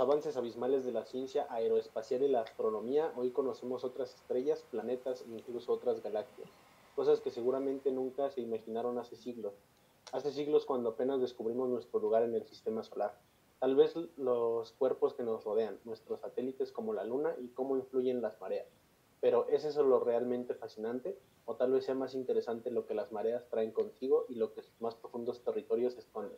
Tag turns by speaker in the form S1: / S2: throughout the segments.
S1: avances abismales de la ciencia aeroespacial y la astronomía, hoy conocemos otras estrellas, planetas e incluso otras galaxias, cosas que seguramente nunca se imaginaron hace siglos, hace siglos cuando apenas descubrimos nuestro lugar en el sistema solar. Tal vez los cuerpos que nos rodean, nuestros satélites como la Luna y cómo influyen las mareas. Pero ¿es eso lo realmente fascinante? O tal vez sea más interesante lo que las mareas traen consigo y lo que sus más profundos territorios esconden.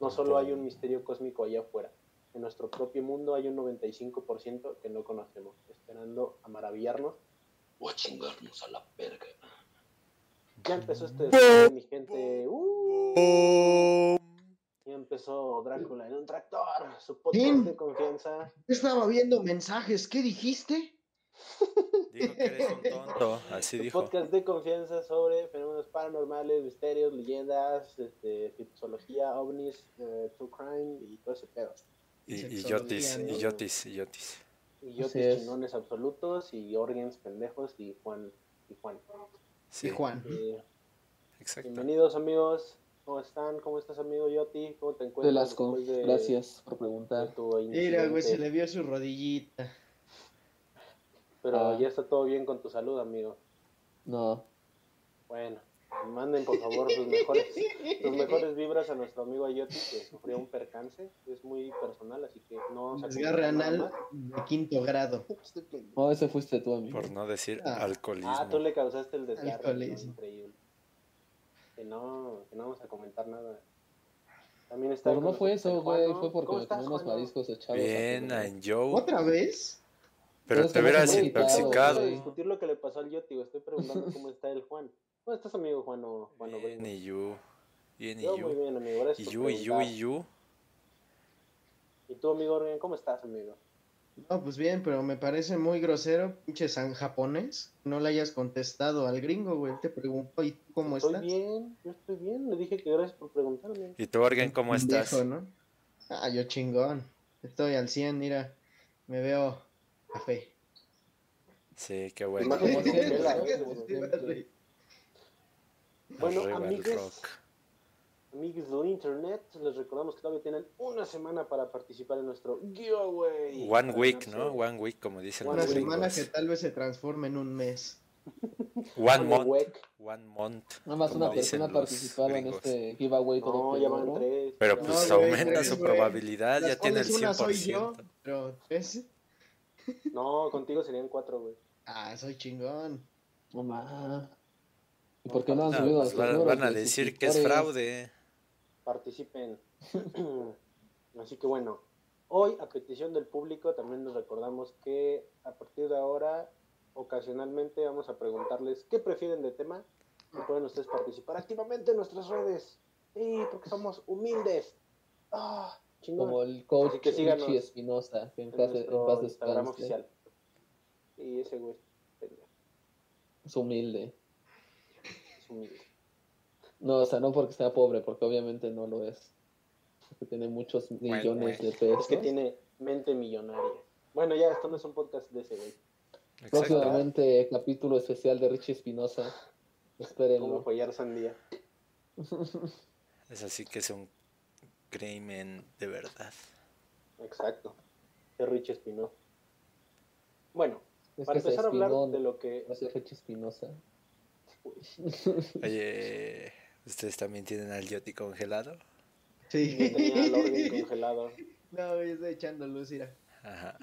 S1: No solo hay un misterio cósmico allá afuera, en nuestro propio mundo hay un 95% que no conocemos, esperando a maravillarnos o a chingarnos a la verga. Ya empezó este desmadre, mi gente. ¡Uh! Ya empezó Drácula en un tractor, su podcast
S2: Bien.
S1: de confianza.
S2: Estaba viendo mensajes. ¿Qué dijiste?
S3: Dijo que eres un tonto. Así
S1: Su
S3: dijo.
S1: podcast de confianza sobre fenómenos paranormales, misterios, leyendas, este, criptozoología, ovnis, eh, true crime y todo ese pedo.
S3: Y, y Yotis, y Yotis, y Yotis.
S1: Y yo
S2: Así
S1: que
S2: es.
S1: chinones absolutos y organs pendejos y Juan y Juan.
S2: Sí,
S3: Sí,
S2: Juan.
S1: Eh,
S3: exacto.
S1: bienvenidos amigos, ¿cómo están? ¿Cómo estás amigo Yoti? ¿Cómo te encuentras?
S4: De Lasco,
S1: después de-
S4: gracias por
S1: de
S4: preguntar.
S1: tu
S2: Mira, güey, se
S1: incidente?
S2: le vio su rodillita.
S1: Pero
S4: Ah.
S1: ya está todo bien con tu salud, amigo.
S4: No,
S1: Bueno, manden por favor sus mejores, sus mejores vibras a nuestro amigo Ayoti que sufrió un percance. Es muy personal, así que no vamos a
S2: Desgarre
S1: comentar nada
S2: anal de quinto grado.
S1: más.
S4: no, ese fuiste tú, amigo.
S3: Por no decir
S2: Ah.
S1: Ah, tú
S3: alcoholismo.
S1: le causaste el desgarre. ¿no?
S2: Híjoles.
S1: Increíble. Que no, que no vamos a comentar nada. También está
S4: Pero
S1: con
S4: no fue
S1: nosotros
S4: eso,
S1: el
S4: güey,
S1: Juano.
S4: fue porque
S1: ¿Cómo
S4: me
S1: estás,
S4: comí unos
S1: Juano?
S4: mariscos echados.
S3: Bien,
S4: a
S3: and Joe.
S2: ¿Otra vez?
S4: Pero
S3: Pero
S4: es
S3: te
S4: que no
S3: hubieras
S4: te
S1: Claro,
S4: he invitado,
S3: intoxicado.
S1: Vamos a discutir lo que le pasó al Yoti, güey. Estoy preguntando cómo está el Juan. ¿Cómo estás, amigo Juan o Juan
S3: Bien, y you. Bien, y
S1: Yo muy
S3: you.
S1: bien, amigo. Gracias
S3: Eh, Y
S1: por
S3: you, y you,
S1: preguntar.
S3: y you.
S1: ¿Y tú, amigo Orgen, cómo estás, amigo?
S2: No, pues bien, pero me parece muy grosero, pinche san japonés. No le hayas contestado al gringo, güey. Te pregunto, ¿y tú cómo
S1: estoy
S2: estás?
S1: bien, yo estoy bien. Le dije que gracias por preguntarme.
S3: ¿Y tú, Orgen, cómo estás?
S2: Pendejo, ¿no? Ah, yo chingón. Estoy al 100, mira. Me veo café.
S3: Sí, qué
S1: Pues
S3: bueno.
S1: más como
S4: siempre,
S1: Nutella,
S4: ¿no?
S1: güey,
S4: Como
S1: como
S4: siempre.
S1: siempre. Bueno,
S3: Arriba el
S1: amigos,
S3: rock.
S1: amigos del internet, les recordamos que todavía tienen una semana para participar en nuestro giveaway.
S3: One
S1: Para
S3: week,
S1: ganarse
S3: ¿no? One week, como dicen
S1: One
S2: Una
S3: los
S1: week.
S2: semana que
S3: gringos.
S2: tal vez se transforme en un mes.
S3: One month.
S1: week.
S3: One month.
S4: Nada más
S3: como
S4: una
S3: dicen
S4: persona
S3: los
S4: participaba en
S3: gringos.
S4: este giveaway. todo
S1: No, ya van tres.
S3: Pero
S1: ya
S3: pues
S1: van
S2: güey,
S3: aumenta
S2: tres,
S3: su
S2: güey.
S3: probabilidad,
S2: Las
S3: ya tiene el
S2: cuales una soy yo,
S3: 100%.
S2: pero ¿ves?
S1: tres. No, contigo serían cuatro, güey.
S2: Ah, soy chingón.
S4: No ma. ¿Y por qué no han
S3: Ah,
S4: subido
S3: pues
S4: los
S3: van,
S4: números
S3: van a
S4: de sus
S3: decir que es
S4: suscriptores?
S3: fraude.
S1: Participen. Así que bueno, hoy a petición del público también les recordamos que a partir de ahora ocasionalmente vamos a preguntarles qué prefieren de tema y pueden ustedes participar activamente en nuestras redes. Sí, porque somos humildes. Ah, chingón.
S4: Como el coach
S1: Así que síganos
S4: Richie Espinosa, que en
S1: en
S4: paz, en
S1: nuestro
S4: paz
S1: Instagram
S4: descanse.
S1: oficial. Y ese güey pendejo,
S4: Es humilde.
S1: es humilde.
S4: No, o sea, no porque sea pobre, porque obviamente no lo es. Porque tiene muchos millones
S3: eh.
S4: de pesos.
S1: Es que tiene mente millonaria. Bueno, ya, esto no es un podcast de ese güey.
S3: Exacto.
S4: Próximamente, capítulo especial de Richie Espinosa.
S1: Cómo
S4: Espérenlo.
S1: follar sandía.
S3: Es así que es un crimen de verdad.
S1: Exacto. De Rich Espino. Bueno,
S4: Es
S1: para
S4: que se
S1: empezar a hablar
S4: espinó,
S1: de lo que...
S4: No soy Richie Espinosa.
S3: Oye, ¿ustedes también tienen al Yoti congelado?
S2: Sí.
S1: Yo tenía al orden congelado. este
S2: No, yo estoy echando luz, mira.
S3: Ajá.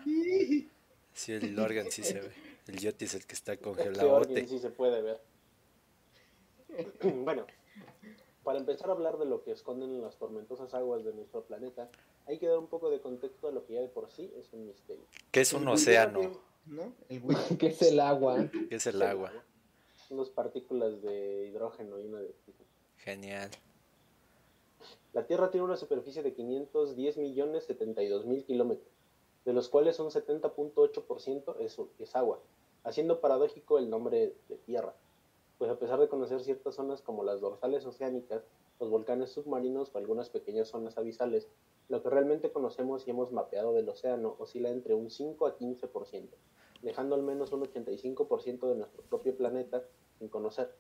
S3: Sí, el Organ sí se ve. El Yoti es el que está
S1: Este orden
S3: congeladote.
S1: sí se puede ver. bueno, para empezar a hablar de lo que esconden las tormentosas aguas de nuestro planeta, hay que dar un poco de contexto a lo que ya de por sí es un misterio.
S3: Que es un
S2: El
S3: océano,
S2: William, ¿No? El güey.
S4: ¿Qué es el agua?
S3: que es el agua.
S1: Son dos partículas de hidrógeno y una de oxígeno.
S3: Genial.
S1: La Tierra tiene una superficie de 510 millones 72 mil kilómetros, de los cuales un 70.8% es, es agua, haciendo paradójico el nombre de Tierra, pues a pesar de conocer ciertas zonas como las dorsales oceánicas, los volcanes submarinos o algunas pequeñas zonas abisales, lo que realmente conocemos y hemos mapeado del océano oscila entre un 5 a 15%, dejando al menos un 85% de nuestro propio planeta sin conocer.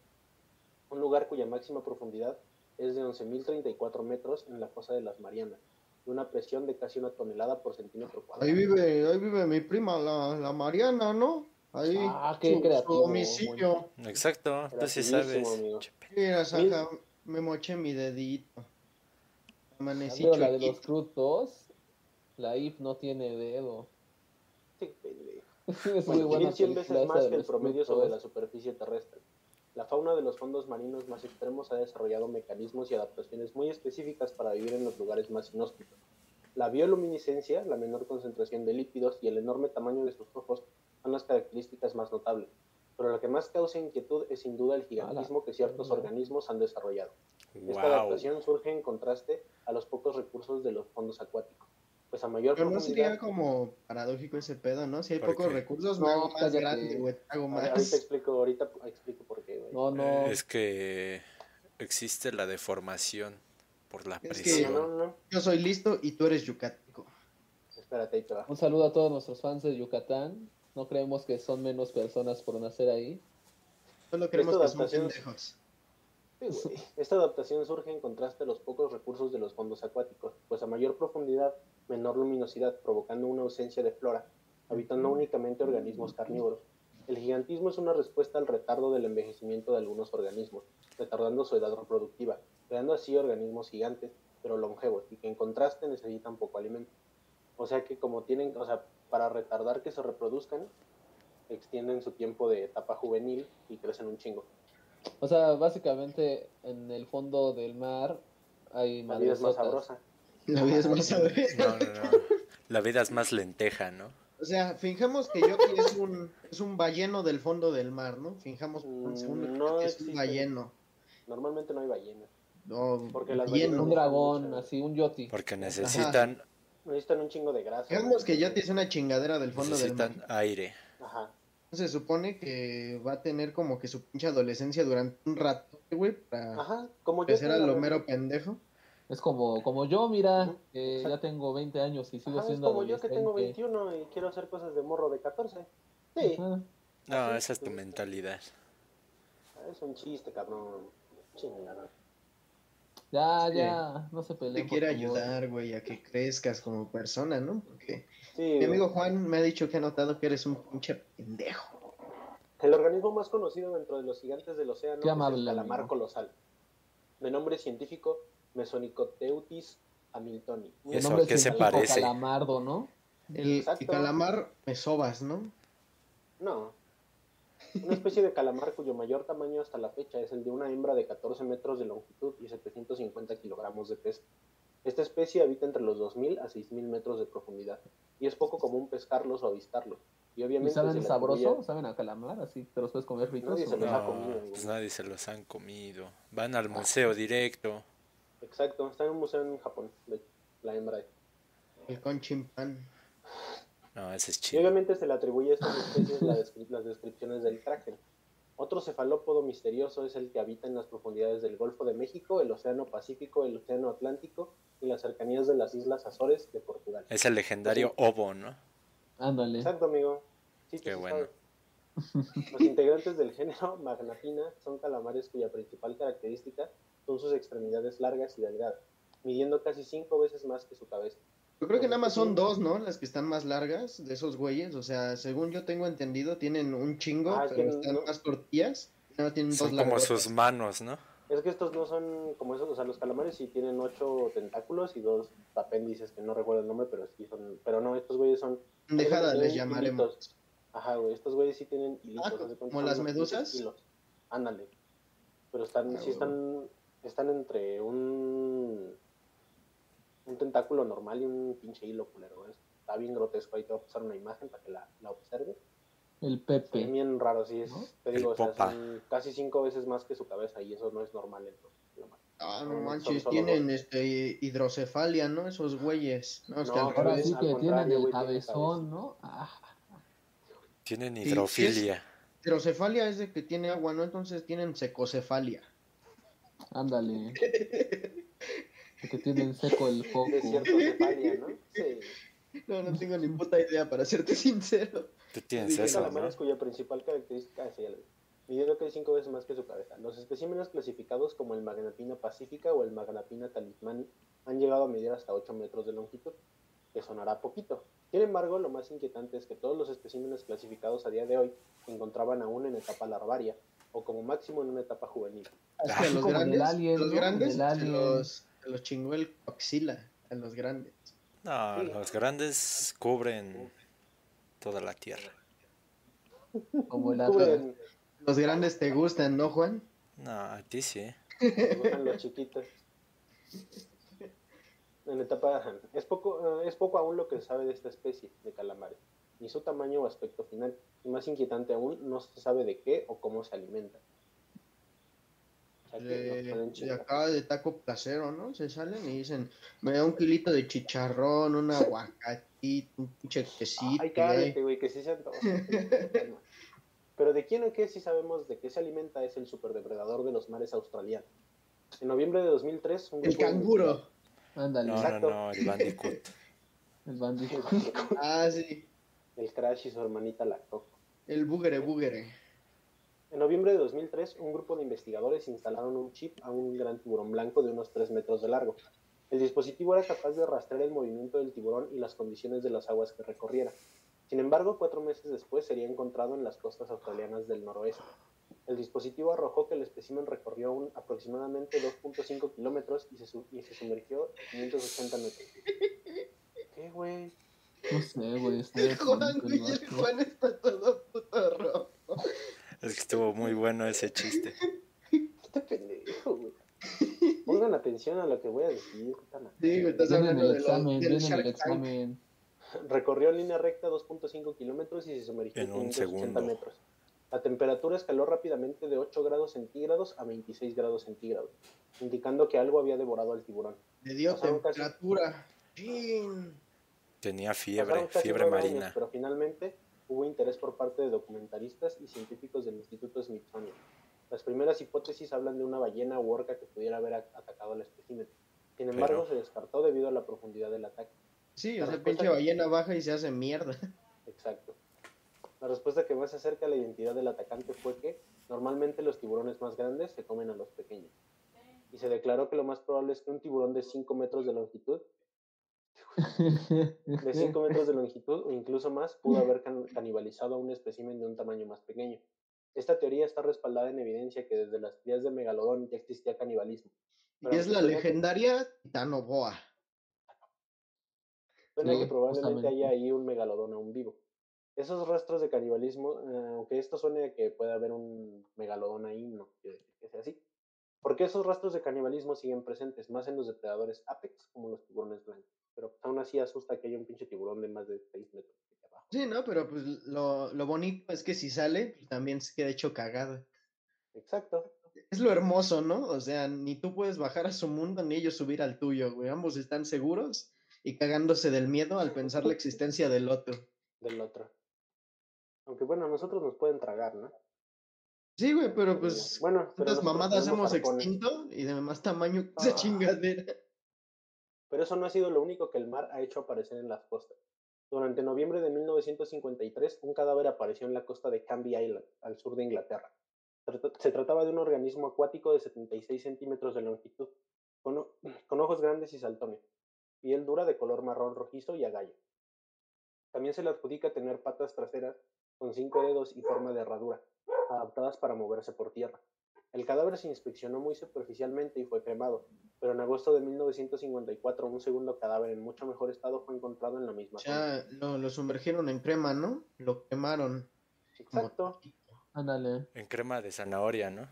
S1: Un lugar cuya máxima profundidad es de 11.034 metros en la fosa de las Marianas, y una presión de casi una tonelada por centímetro cuadrado.
S2: Ahí vive, ahí vive mi prima, la, la Mariana, ¿no? Ahí
S4: Ah, qué
S2: su- su
S4: creativo,
S2: domicilio.
S3: Exacto, tú sí
S1: Rapidísimo,
S3: sabes.
S1: amigo.
S3: Chepe.
S2: Mira, saca, me moché mi dedito. Amanecí
S4: Pero la de los
S2: chuequito.
S4: Cruz 2, la IF no tiene dedo.
S1: Sí, pendejo.
S4: Es muy buena
S1: 100
S4: película
S1: veces
S4: esa
S1: más
S4: de
S1: que el
S4: los
S1: promedio
S4: Cruz
S1: sobre
S4: 2.
S1: la superficie terrestre. La fauna de los fondos marinos más extremos ha desarrollado mecanismos y adaptaciones muy específicas para vivir en los lugares más inhóspitos. La bioluminiscencia, la menor concentración de lípidos y el enorme tamaño de sus ojos son las características más notables, pero la que más causa inquietud es sin duda el gigantismo que ciertos
S4: verga.
S1: organismos han desarrollado. Esta
S3: Wow.
S1: adaptación surge en contraste a los pocos recursos de los fondos acuáticos, pues a mayor
S2: Pero no sería
S1: profundidad...
S2: como paradójico ese pedo, ¿no? Si hay
S3: ¿Por
S2: pocos
S3: qué?
S2: recursos, me
S4: No,
S2: hago más
S4: cállate.
S2: grande, güey. Hago
S1: Ahorita
S2: más.
S1: explico, ahorita explico por qué, güey.
S4: No, no.
S3: Es que existe la deformación por la
S2: que-
S1: No,
S3: presión.
S1: no, no, no.
S2: Yo soy listo y tú eres yucateco.
S1: Espérate, ahí te va.
S4: Un saludo a todos nuestros fans de Yucatán. No creemos que son menos personas por nacer ahí.
S2: Solo creemos
S1: Esto
S2: que
S1: de
S2: son
S1: adaptación-
S2: pendejos.
S1: Esta adaptación surge en contraste a los pocos recursos de los fondos acuáticos, pues a mayor profundidad, menor luminosidad, provocando una ausencia de flora, habitando únicamente organismos carnívoros. El gigantismo es una respuesta al retardo del envejecimiento de algunos organismos, retardando su edad reproductiva, creando así organismos gigantes, pero longevos, y que en contraste necesitan poco alimento. O sea que como tienen, o sea, para retardar que se reproduzcan, extienden su tiempo de etapa juvenil y crecen un chingo.
S4: O sea, básicamente en el fondo del mar hay
S1: La vida es más
S4: madresotas.
S1: sabrosa.
S2: La vida es más sabrosa.
S3: No, no, no. La vida es más lenteja, ¿no?
S2: O sea, fijamos que Yoki es un, es un balleno del fondo del mar, ¿no? Fijamos por un
S1: Mm,
S2: segundo
S1: no
S2: que es un
S1: existe.
S2: balleno.
S1: Normalmente no hay ballenas.
S2: No,
S1: Porque las
S2: balleno.
S4: Un
S1: ballenas-
S4: dragón, así, un yoti.
S3: Porque necesitan,
S1: Necesitan un chingo de grasa.
S2: Fijamos que Yoti es una chingadera del fondo del mar.
S3: necesitan aire.
S1: Ajá.
S2: Se supone que va a tener como que su pinche adolescencia durante un rato, güey, para
S1: Ajá. Como yo.
S2: crecer al Homero pendejo.
S4: Es como, como yo, mira,
S1: Ujú.
S4: que ya tengo 20 años y sigo
S1: Ajá, es
S4: siendo
S1: como yo que tengo
S4: adolescente.
S1: 21 y quiero hacer cosas de morro de 14. Sí.
S4: Ajá.
S2: Ah,
S3: No, esa es tu mentalidad.
S1: Es un chiste, cabrón. Chingada.
S4: Ya,
S2: Sí.
S4: ya, no se peleen.
S2: Te
S4: por
S2: quiere
S4: favor.
S2: ayudar, güey, a que crezcas como persona, ¿no? Porque
S1: Sí.
S2: mi amigo Juan me ha dicho que ha notado que eres un pinche pendejo.
S1: El organismo más conocido dentro de los gigantes del océano
S4: Qué
S1: es
S4: amable,
S1: el calamar
S4: amigo.
S1: colosal. De nombre científico, Mesonicoteutis hamiltoni.
S4: El
S3: Eso,
S4: nombre
S3: ¿a qué se
S4: científico
S3: parece?
S4: Calamardo, ¿no?
S2: El,
S1: Exacto.
S2: el calamar me sobas, ¿no?
S1: No. Una especie de calamar cuyo mayor tamaño hasta la fecha es el de una hembra de 14 metros de longitud y 750 kilogramos de peso. Esta especie habita entre los 2.000 a 6.000 metros de profundidad y es poco común pescarlos o avistarlos. Y
S4: ¿Y
S1: obviamente se
S4: saben
S1: le
S4: sabroso?
S1: atribuye-
S4: ¿Saben a calamar? Así, te los puedes comer ricos.
S1: Nadie se los
S4: ¿o no?
S1: ha
S3: No,
S1: comido, güey.
S3: pues nadie se los han comido. Van al
S2: Ah.
S3: museo directo.
S1: Exacto, está en un museo en Japón, de hecho, la hembra. de-
S2: El conchimpán.
S3: No, ese es
S1: Y
S3: chido.
S1: obviamente se le atribuye a estas especies la descri- las descripciones del kraken. Otro cefalópodo misterioso es el que habita en las profundidades del Golfo de México, el Océano Pacífico, el Océano Atlántico y las cercanías de las Islas Azores de Portugal.
S3: Es el legendario obo, ¿no?
S4: Ándale.
S1: Exacto, amigo. Sí,
S3: Qué
S1: sí, sí,
S3: bueno.
S1: sabes. Los integrantes del género Magnatina son calamares cuya principal característica son sus extremidades largas y delgadas, midiendo casi cinco veces más que su cabeza.
S2: Yo creo que nada más son dos, ¿no? Las que están más largas de esos güeyes. O sea, según yo tengo entendido, tienen un chingo,
S1: Ah, es que
S2: pero
S1: no-
S2: están
S1: no-
S2: más tortillas. No tienen dos
S3: Son como
S2: largotas.
S3: sus manos, ¿no?
S1: Es que estos no son como esos, o sea, los calamares sí tienen ocho tentáculos y dos apéndices que no recuerdo el nombre, pero sí son, pero no, estos güeyes son
S2: Pendejada
S1: tienen
S2: les llamaremos.
S1: hilitos. Ajá, güey, estos güeyes sí tienen hilitos.
S2: Ah,
S1: haz de cuenta,
S2: ¿como
S1: son
S2: las
S1: unos pinches
S2: medusas?
S1: hilos. Ándale. Pero están,
S2: Ah,
S1: sí están, están entre un, un tentáculo normal y un pinche hilo culero, güey. Está bien grotesco, ahí te voy a pasar una imagen para que la, la observes.
S4: El
S1: Es
S4: Pepe.
S1: bien raro, sí, es,
S4: ¿No?
S1: te digo,
S3: El
S1: o sea,
S3: popa.
S1: son casi cinco veces más que su cabeza y eso no es normal en los calamares.
S2: Ah,
S1: No,
S2: no
S1: no, son
S2: manches,
S1: solo
S2: tienen este hidrocefalia, ¿no? Esos güeyes. No, es que
S1: No,
S2: al
S4: Ahora
S2: revés.
S4: sí
S1: Al
S4: que tienen
S1: contrario,
S4: el
S1: güey, tiene
S4: cabezón, ¿no? Ah,
S3: Tienen
S2: sí es-
S3: hidrofilia.
S2: Hidrocefalia es de que tiene agua, ¿no? Entonces tienen secocefalia.
S4: ándale. que tienen seco el foco.
S1: De cierto cefalia, ¿no? Sí.
S2: No, no tengo ni puta idea, para serte sincero.
S3: Tú tienes
S2: Sí,
S1: Son
S3: eso,
S1: calamares
S3: ¿no?
S1: cuya principal característica es el midiendo que cinco veces más que su cabeza. Los especímenes clasificados como el Magnatina pacífica o el Magnatina talismani han llegado a medir hasta 8 metros de longitud, que sonará poquito. Sin embargo, lo más inquietante es que todos los especímenes clasificados a día de hoy se encontraban aún en etapa larvaria, o como máximo en una etapa juvenil.
S2: Es
S3: Ah,
S4: Ah,
S2: que a los grandes, los grandes se los, se los chingó el coaxila, a los grandes.
S3: No, los grandes cubren toda la tierra.
S4: Como el Atlas.
S2: Los grandes te gustan, ¿no, Juan?
S3: No, a ti sí.
S1: Te gustan los chiquitos. En etapa es poco, eh, es poco aún lo que se sabe de esta especie de calamares, ni su tamaño o aspecto final. Y más inquietante aún, no se sabe de qué o cómo se alimenta.
S2: O sea, que nos Ah, pueden
S1: pueden
S2: Le, le
S1: chingar.
S2: acaba de taco placero, ¿no? Se salen y dicen, me da un kilito de chicharrón, un aguacatito, un pinche quesito.
S1: Ay,
S2: eh". güey".
S1: cállate, güey, que sí se antoja. Pero de quién o qué sí sabemos de qué se alimenta es el superdepredador de los mares australianos. En noviembre de 2003, un
S2: El
S1: grupo de
S2: canguro.
S4: Ándale,
S3: No, no,
S1: Exacto.
S3: no, el Bandicoot.
S4: el bandido.
S1: investigadores-
S2: Ah, sí.
S1: El Crash y su hermanita la Coco.
S2: El búgere, búgere.
S1: En noviembre de 2003, un grupo de investigadores instalaron un chip a un gran tiburón blanco de unos 3 metros de largo. El dispositivo era capaz de rastrear el movimiento del tiburón y las condiciones de las aguas que recorriera. Sin embargo, cuatro meses después sería encontrado en las costas australianas del noroeste. El dispositivo arrojó que el espécimen recorrió un- aproximadamente 2.5 kilómetros y se, su- y se sumergió 580 metros. ¿Qué, güey?
S4: No sé, güey. está
S2: El Juan,
S4: bonito el
S2: güey, el
S4: vato.
S2: Juan está todo puto rojo.
S3: Es que estuvo muy bueno ese chiste.
S1: Este pendejo, güey. Pongan atención a lo que voy a decir. puta madre.
S2: Sí, güey, estás
S4: Viene en
S2: hablando de
S4: el
S2: los-
S4: examen,
S2: del
S4: viene en el
S2: Shark Tank.
S4: examen.
S1: Recorrió en línea recta 2.5 kilómetros y se sumergió
S3: En un
S1: 580
S3: segundo.
S1: metros. La temperatura escaló rápidamente de 8 grados centígrados a 26 grados centígrados, indicando que algo había devorado al tiburón.
S2: Le dio
S1: Pasaron casi-
S2: temperatura. Chin.
S3: Tenía fiebre,
S1: Pasaron casi
S3: fiebre
S1: nueve años,
S3: marina.
S1: pero finalmente hubo interés por parte de documentalistas y científicos del Instituto Smithsonian. Las primeras hipótesis hablan de una ballena u orca que pudiera haber a- atacado al espécimen. Sin embargo,
S3: Pero-
S1: se descartó debido a la profundidad del ataque.
S2: Sí,
S1: La
S2: o sea,
S1: respuesta-
S2: pinche ballena baja y se hace mierda.
S1: Exacto. La respuesta que más se acerca a la identidad del atacante fue que normalmente los tiburones más grandes se comen a los pequeños. Y se declaró que lo más probable es que un tiburón de 5 metros de longitud, de 5 metros de longitud o incluso más, pudo haber can- canibalizado a un espécimen de un tamaño más pequeño. Esta teoría está respaldada en evidencia que desde las crías de megalodón ya existía canibalismo.
S2: Y es la legendaria Titanoboa.
S1: Suena
S4: Sí,
S1: que probablemente
S4: justamente.
S1: haya ahí un megalodón aún vivo. Esos rastros de canibalismo, eh, aunque esto suene a que puede haber un megalodón ahí, no quiere decir que sea así. Porque esos rastros de canibalismo siguen presentes, más en los depredadores apex como los tiburones blancos. Pero pues, aún así asusta que haya un pinche tiburón de más de 6 metros aquí abajo.
S2: Sí, ¿no? Pero pues lo, lo bonito es que si sale, pues, también se queda hecho cagada.
S1: Exacto.
S2: Es lo hermoso, ¿no? O sea, ni tú puedes bajar a su mundo ni ellos subir al tuyo, güey. Ambos están seguros y cagándose del miedo al pensar la existencia del otro.
S1: Del otro. Aunque bueno, a nosotros nos pueden tragar, ¿no?
S2: Sí, güey, pero
S1: Pero
S2: pues
S1: Bueno, pero nosotros
S2: estas mamadas
S1: tenemos
S2: hemos
S1: arpones.
S2: extinto y de más tamaño que esa
S1: Ah.
S2: chingadera.
S1: Pero eso no ha sido lo único que el mar ha hecho aparecer en las costas. Durante noviembre de 1953, un cadáver apareció en la costa de Canby Island, al sur de Inglaterra. Trata- Se trataba de un organismo acuático de 76 centímetros de longitud, con, o- con ojos grandes y saltones, piel dura de color marrón rojizo y agallo. También se le adjudica tener patas traseras con cinco dedos y forma de herradura, adaptadas para moverse por tierra. El cadáver se inspeccionó muy superficialmente y fue cremado, pero en agosto de 1954 un segundo cadáver en mucho mejor estado fue encontrado en la misma zona.
S2: Ya lo, lo sumergieron en crema, ¿no? Lo quemaron. como
S1: Exacto,
S2: taquito.
S4: Ándale.
S3: En crema de zanahoria, ¿no?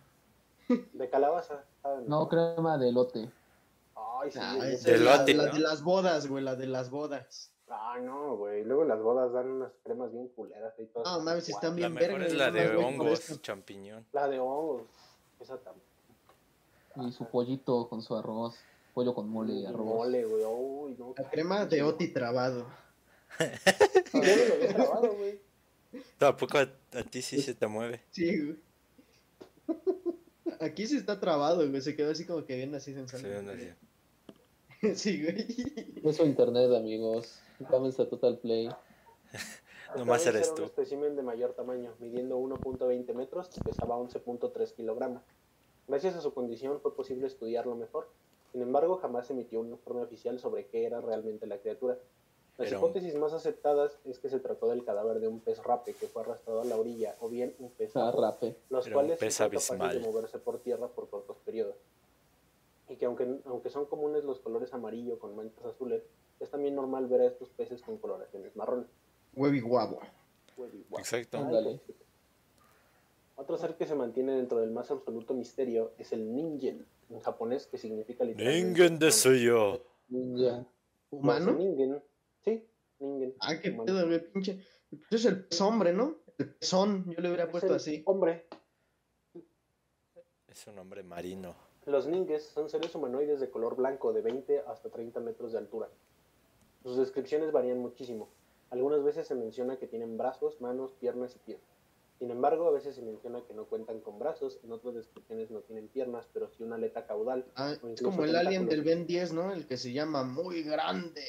S1: de calabaza. ¿saben?
S4: No, crema de elote.
S1: Ay, sí,
S2: Ah,
S1: bien
S2: esa
S3: de
S2: es
S1: hecho.
S2: la-
S3: elote,
S2: la,
S3: ¿no?
S2: de las bodas, güey, la de las bodas.
S1: Ah, no, güey. Luego en las bodas dan unas cremas bien culeras y todo.
S2: No mames, están
S3: La
S2: bien
S3: mejor
S2: vergas.
S3: es
S2: nada
S3: la
S2: más
S3: de
S2: voy por
S3: hongos,
S2: esto.
S3: champiñón.
S1: La de hongos. Esa también.
S4: Y su pollito con su arroz. Pollo con mole y
S1: Y
S4: arroz.
S1: Mole, güey. Uy, no.
S2: La crema de Oti trabado.
S1: Ah, Ya me lo había grabado, güey.
S3: Tampoco a, a ti sí se te mueve.
S2: Sí, güey. Aquí sí está trabado, güey. Se quedó así como que bien así
S3: Se
S2: sensual.
S3: ve una así.
S2: Sí, güey.
S4: Eso internet, amigos. Vamos a Total Play.
S3: Nomás
S1: También
S3: eres
S1: era
S3: tú.
S1: un espécimen de mayor tamaño, midiendo 1.20 metros y pesaba 11.3 kilogramos. Gracias a su condición fue posible estudiarlo mejor, Sin embargo, jamás se emitió un informe oficial sobre qué era realmente la criatura. Las
S3: Era un-
S1: hipótesis más aceptadas es que se trató del cadáver de un pez rape que fue arrastrado a la orilla o bien un pez
S4: Ah, rape.
S1: los
S3: Era un
S1: cuales
S3: pez
S1: son capaces
S3: abismal.
S1: de moverse por tierra por cortos periodos. Y que aunque, aunque son comunes los colores amarillo con manchas azules, es también normal ver a estos peces con coloraciones marrones.
S2: Huevi guabo.
S3: Exacto.
S4: Ándale.
S1: Ay, qué- Otro ser que se mantiene dentro del más absoluto misterio es el ningen, en japonés que significa literalmente...
S3: Ningen de
S1: humano.
S3: suyo.
S4: Ninja.
S1: Los
S2: ¿Humano?
S1: Ningen, sí, ningen.
S2: Ah, qué
S1: humano.
S2: pedo, güey, pinche. Pues es el pez hombre, ¿no? El pezón, yo le hubiera
S1: Es
S2: puesto
S1: el
S2: así.
S1: Hombre,
S3: Es un hombre marino.
S1: Los ninges son seres humanoides de color blanco de 20 hasta 30 metros de altura. Sus descripciones varían muchísimo. Algunas veces se menciona que tienen brazos, manos, piernas y pies. Sin embargo, a veces se menciona que no cuentan con brazos, en otras descripciones no tienen piernas, pero sí una aleta caudal.
S2: Ah, es
S1: incluso
S2: como el alien del
S1: tentáculos.
S2: Ben 10, ¿no? El que se llama muy grande.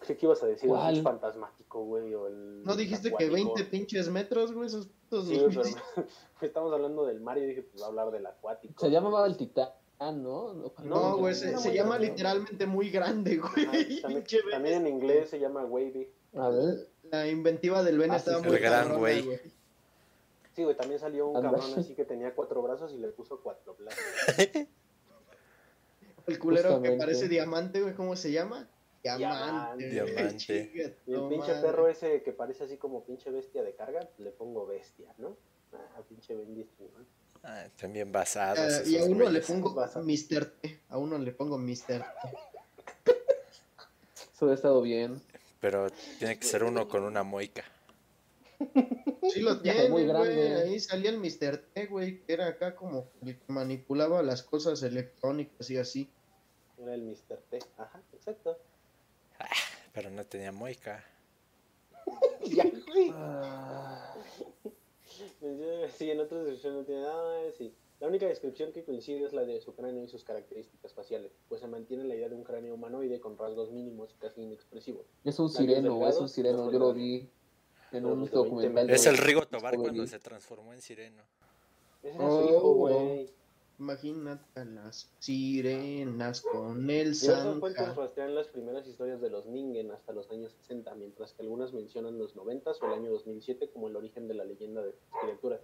S1: Creí que ibas a decir
S4: ¿Cuál?
S1: el fantasmático, güey, o el...
S2: ¿No dijiste que
S1: acuático.
S2: 20 pinches metros, güey? Esos putos
S1: Sí,
S2: no-
S1: pero estamos hablando del Mario y dije, pues va a hablar del acuático.
S4: Se llamaba el titán, ¿no?
S1: No,
S2: No, güey, se,
S1: era
S2: se
S1: muy
S2: llama
S1: grande, ¿no?
S2: literalmente muy grande,
S1: Ajá,
S2: güey.
S1: también,
S2: Pinche Ben.
S1: también en inglés se llama wavy.
S4: A ver,
S2: La inventiva del Ben
S4: Ah,
S2: estaba
S4: sí,
S2: muy
S3: el gran
S2: cabrona,
S3: güey.
S1: Sí, güey, también salió un
S4: Anda.
S1: cabrón así que tenía cuatro brazos y le puso cuatro brazos.
S2: El culero que
S4: Justamente.
S2: parece diamante, güey, ¿cómo se llama? Diamante. güey,
S3: Diamante.
S2: chinga
S1: Y el
S2: tu
S1: pinche
S2: madre.
S1: perro ese que parece así como pinche bestia de carga, le pongo bestia, ¿no? Ah, pinche bendísimo. ¿no?
S3: Ah, están bien basados.
S2: Ah,
S3: esos
S2: y a uno le
S3: güeyes.
S2: pongo
S1: Pasa.
S2: Mr. T. A uno le pongo Mr. T.
S4: eso hubiera estado bien.
S3: Pero tiene que ser uno con una moica.
S2: Sí lo
S4: Ya,
S2: tiene,
S4: muy
S2: güey.
S4: grande.
S2: Ahí salía el Mr. T, güey, que era acá como el que manipulaba las cosas electrónicas y así.
S1: Era el Mr. T. Ajá, exacto.
S3: Pero no tenía moica.
S1: Ya, güey.
S4: Ah,
S1: Pues, Sí, en otras descripciones no tiene nada. eh, Sí. La única descripción que coincide es la de su cráneo y sus características faciales, pues se mantiene la idea de un cráneo humanoide con rasgos mínimos y casi inexpresivos.
S4: es un
S1: Labios
S4: sireno, güey, es un
S1: delgados,
S4: sireno.
S1: ojos
S4: Yo lo
S1: grandes.
S4: vi en
S1: Ojos de
S4: un
S1: 20
S4: documental.
S1: metros.
S3: Es el
S4: de-
S3: Rigo Tobar
S4: Discovery.
S3: cuando se transformó en sireno.
S1: Ese era su hijo,
S2: Oh.
S1: güey.
S2: Imagínate a las sirenas con el
S1: Diversos cuentos
S2: zanja.
S1: rastrean las primeras historias de los Ningen hasta los años 60, mientras que algunas mencionan los 90 o el año 2007 como el origen de la leyenda de estas criaturas.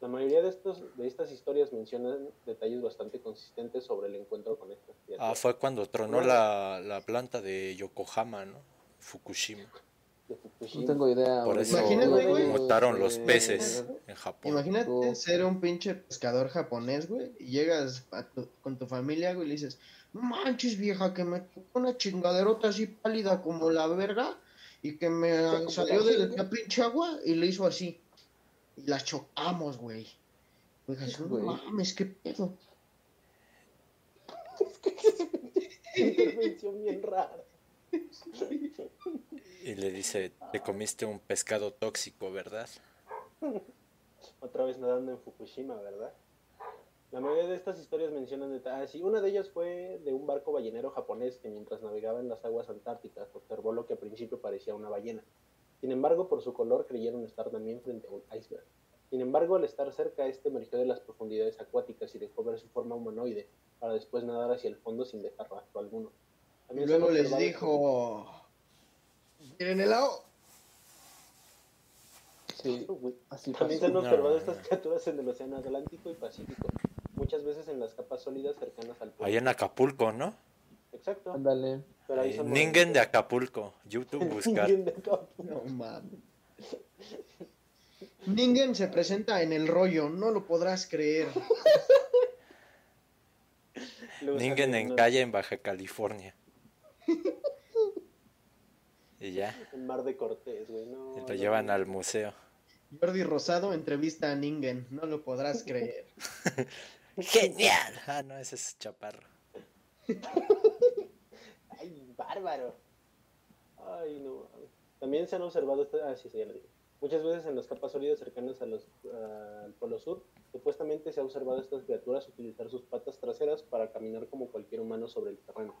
S1: La mayoría de, estos, de estas historias mencionan detalles bastante consistentes sobre el encuentro con estas
S3: Ah,
S1: criaturas
S3: fue cuando tronó la, la planta de Yokohama, ¿no? Fukushima.
S1: de
S4: No
S1: Fukushima.
S4: tengo idea.
S3: Por
S4: güey.
S3: eso
S2: Imagínate, güey.
S3: mutaron los
S4: Eh,
S3: peces en Japón.
S2: Imagínate
S4: Oh.
S2: ser un pinche pescador japonés, güey, y llegas a tu- con tu familia, güey, y le dices, manches vieja, que me tocó una chingaderota así pálida como la verga, y que me
S1: como
S2: salió
S1: la
S2: de
S1: chinga".
S2: la pinche agua y le hizo así. Y la chocamos, güey. Güey, dices, no
S4: Güey.
S2: mames, qué pedo.
S1: Intervención bien rara.
S3: Y le dice, te comiste un pescado tóxico, ¿verdad?
S1: Otra vez nadando en Fukushima, ¿verdad? La mayoría de estas historias mencionan detalles. Ah, sí, una de ellas fue de un barco ballenero japonés que mientras navegaba en las aguas antárticas observó lo que al principio parecía una ballena. Sin embargo, por su color creyeron estar también frente a un iceberg. Sin embargo, al estar cerca, este emergió de las profundidades acuáticas y dejó ver su forma humanoide para después nadar hacia el fondo sin dejar rastro alguno.
S2: Y
S1: También se han
S2: luego les
S1: observado-
S2: dijo, ¿quieren helado?
S4: Sí, así
S1: También se han
S4: pasó.
S1: observado
S3: No,
S1: estas
S3: no.
S1: criaturas en el Océano Atlántico y Pacífico, muchas veces en las capas sólidas cercanas al
S3: Allá en Acapulco, ¿no?
S1: Exacto.
S4: Ándale.
S1: Pero ahí
S3: Eh,
S1: son
S3: Ningen de Acapulco. YouTube buscar.
S1: Ningen de Acapulco.
S2: No mames. Ningen se presenta en el rollo, no lo podrás creer.
S1: Luego
S3: Ningen
S1: salen
S3: en
S1: unos-
S3: calle en Baja California. Y ya,
S1: En Mar de Cortés, güey. No,
S3: lo
S1: no,
S3: llevan
S1: no.
S3: al museo.
S2: Jordi Rosado entrevista a Ningen, no lo podrás creer.
S3: ¡Genial! Ah, no, ese es Chaparro.
S1: ¡Ay, bárbaro! Ay, no. mames. También se han observado esta- ah, sí, sí, ya lo dije. Muchas veces en las capas sólidas cercanas a los, ah, al Polo Sur, supuestamente se ha observado a estas criaturas utilizar sus patas traseras para caminar como cualquier humano sobre el terreno.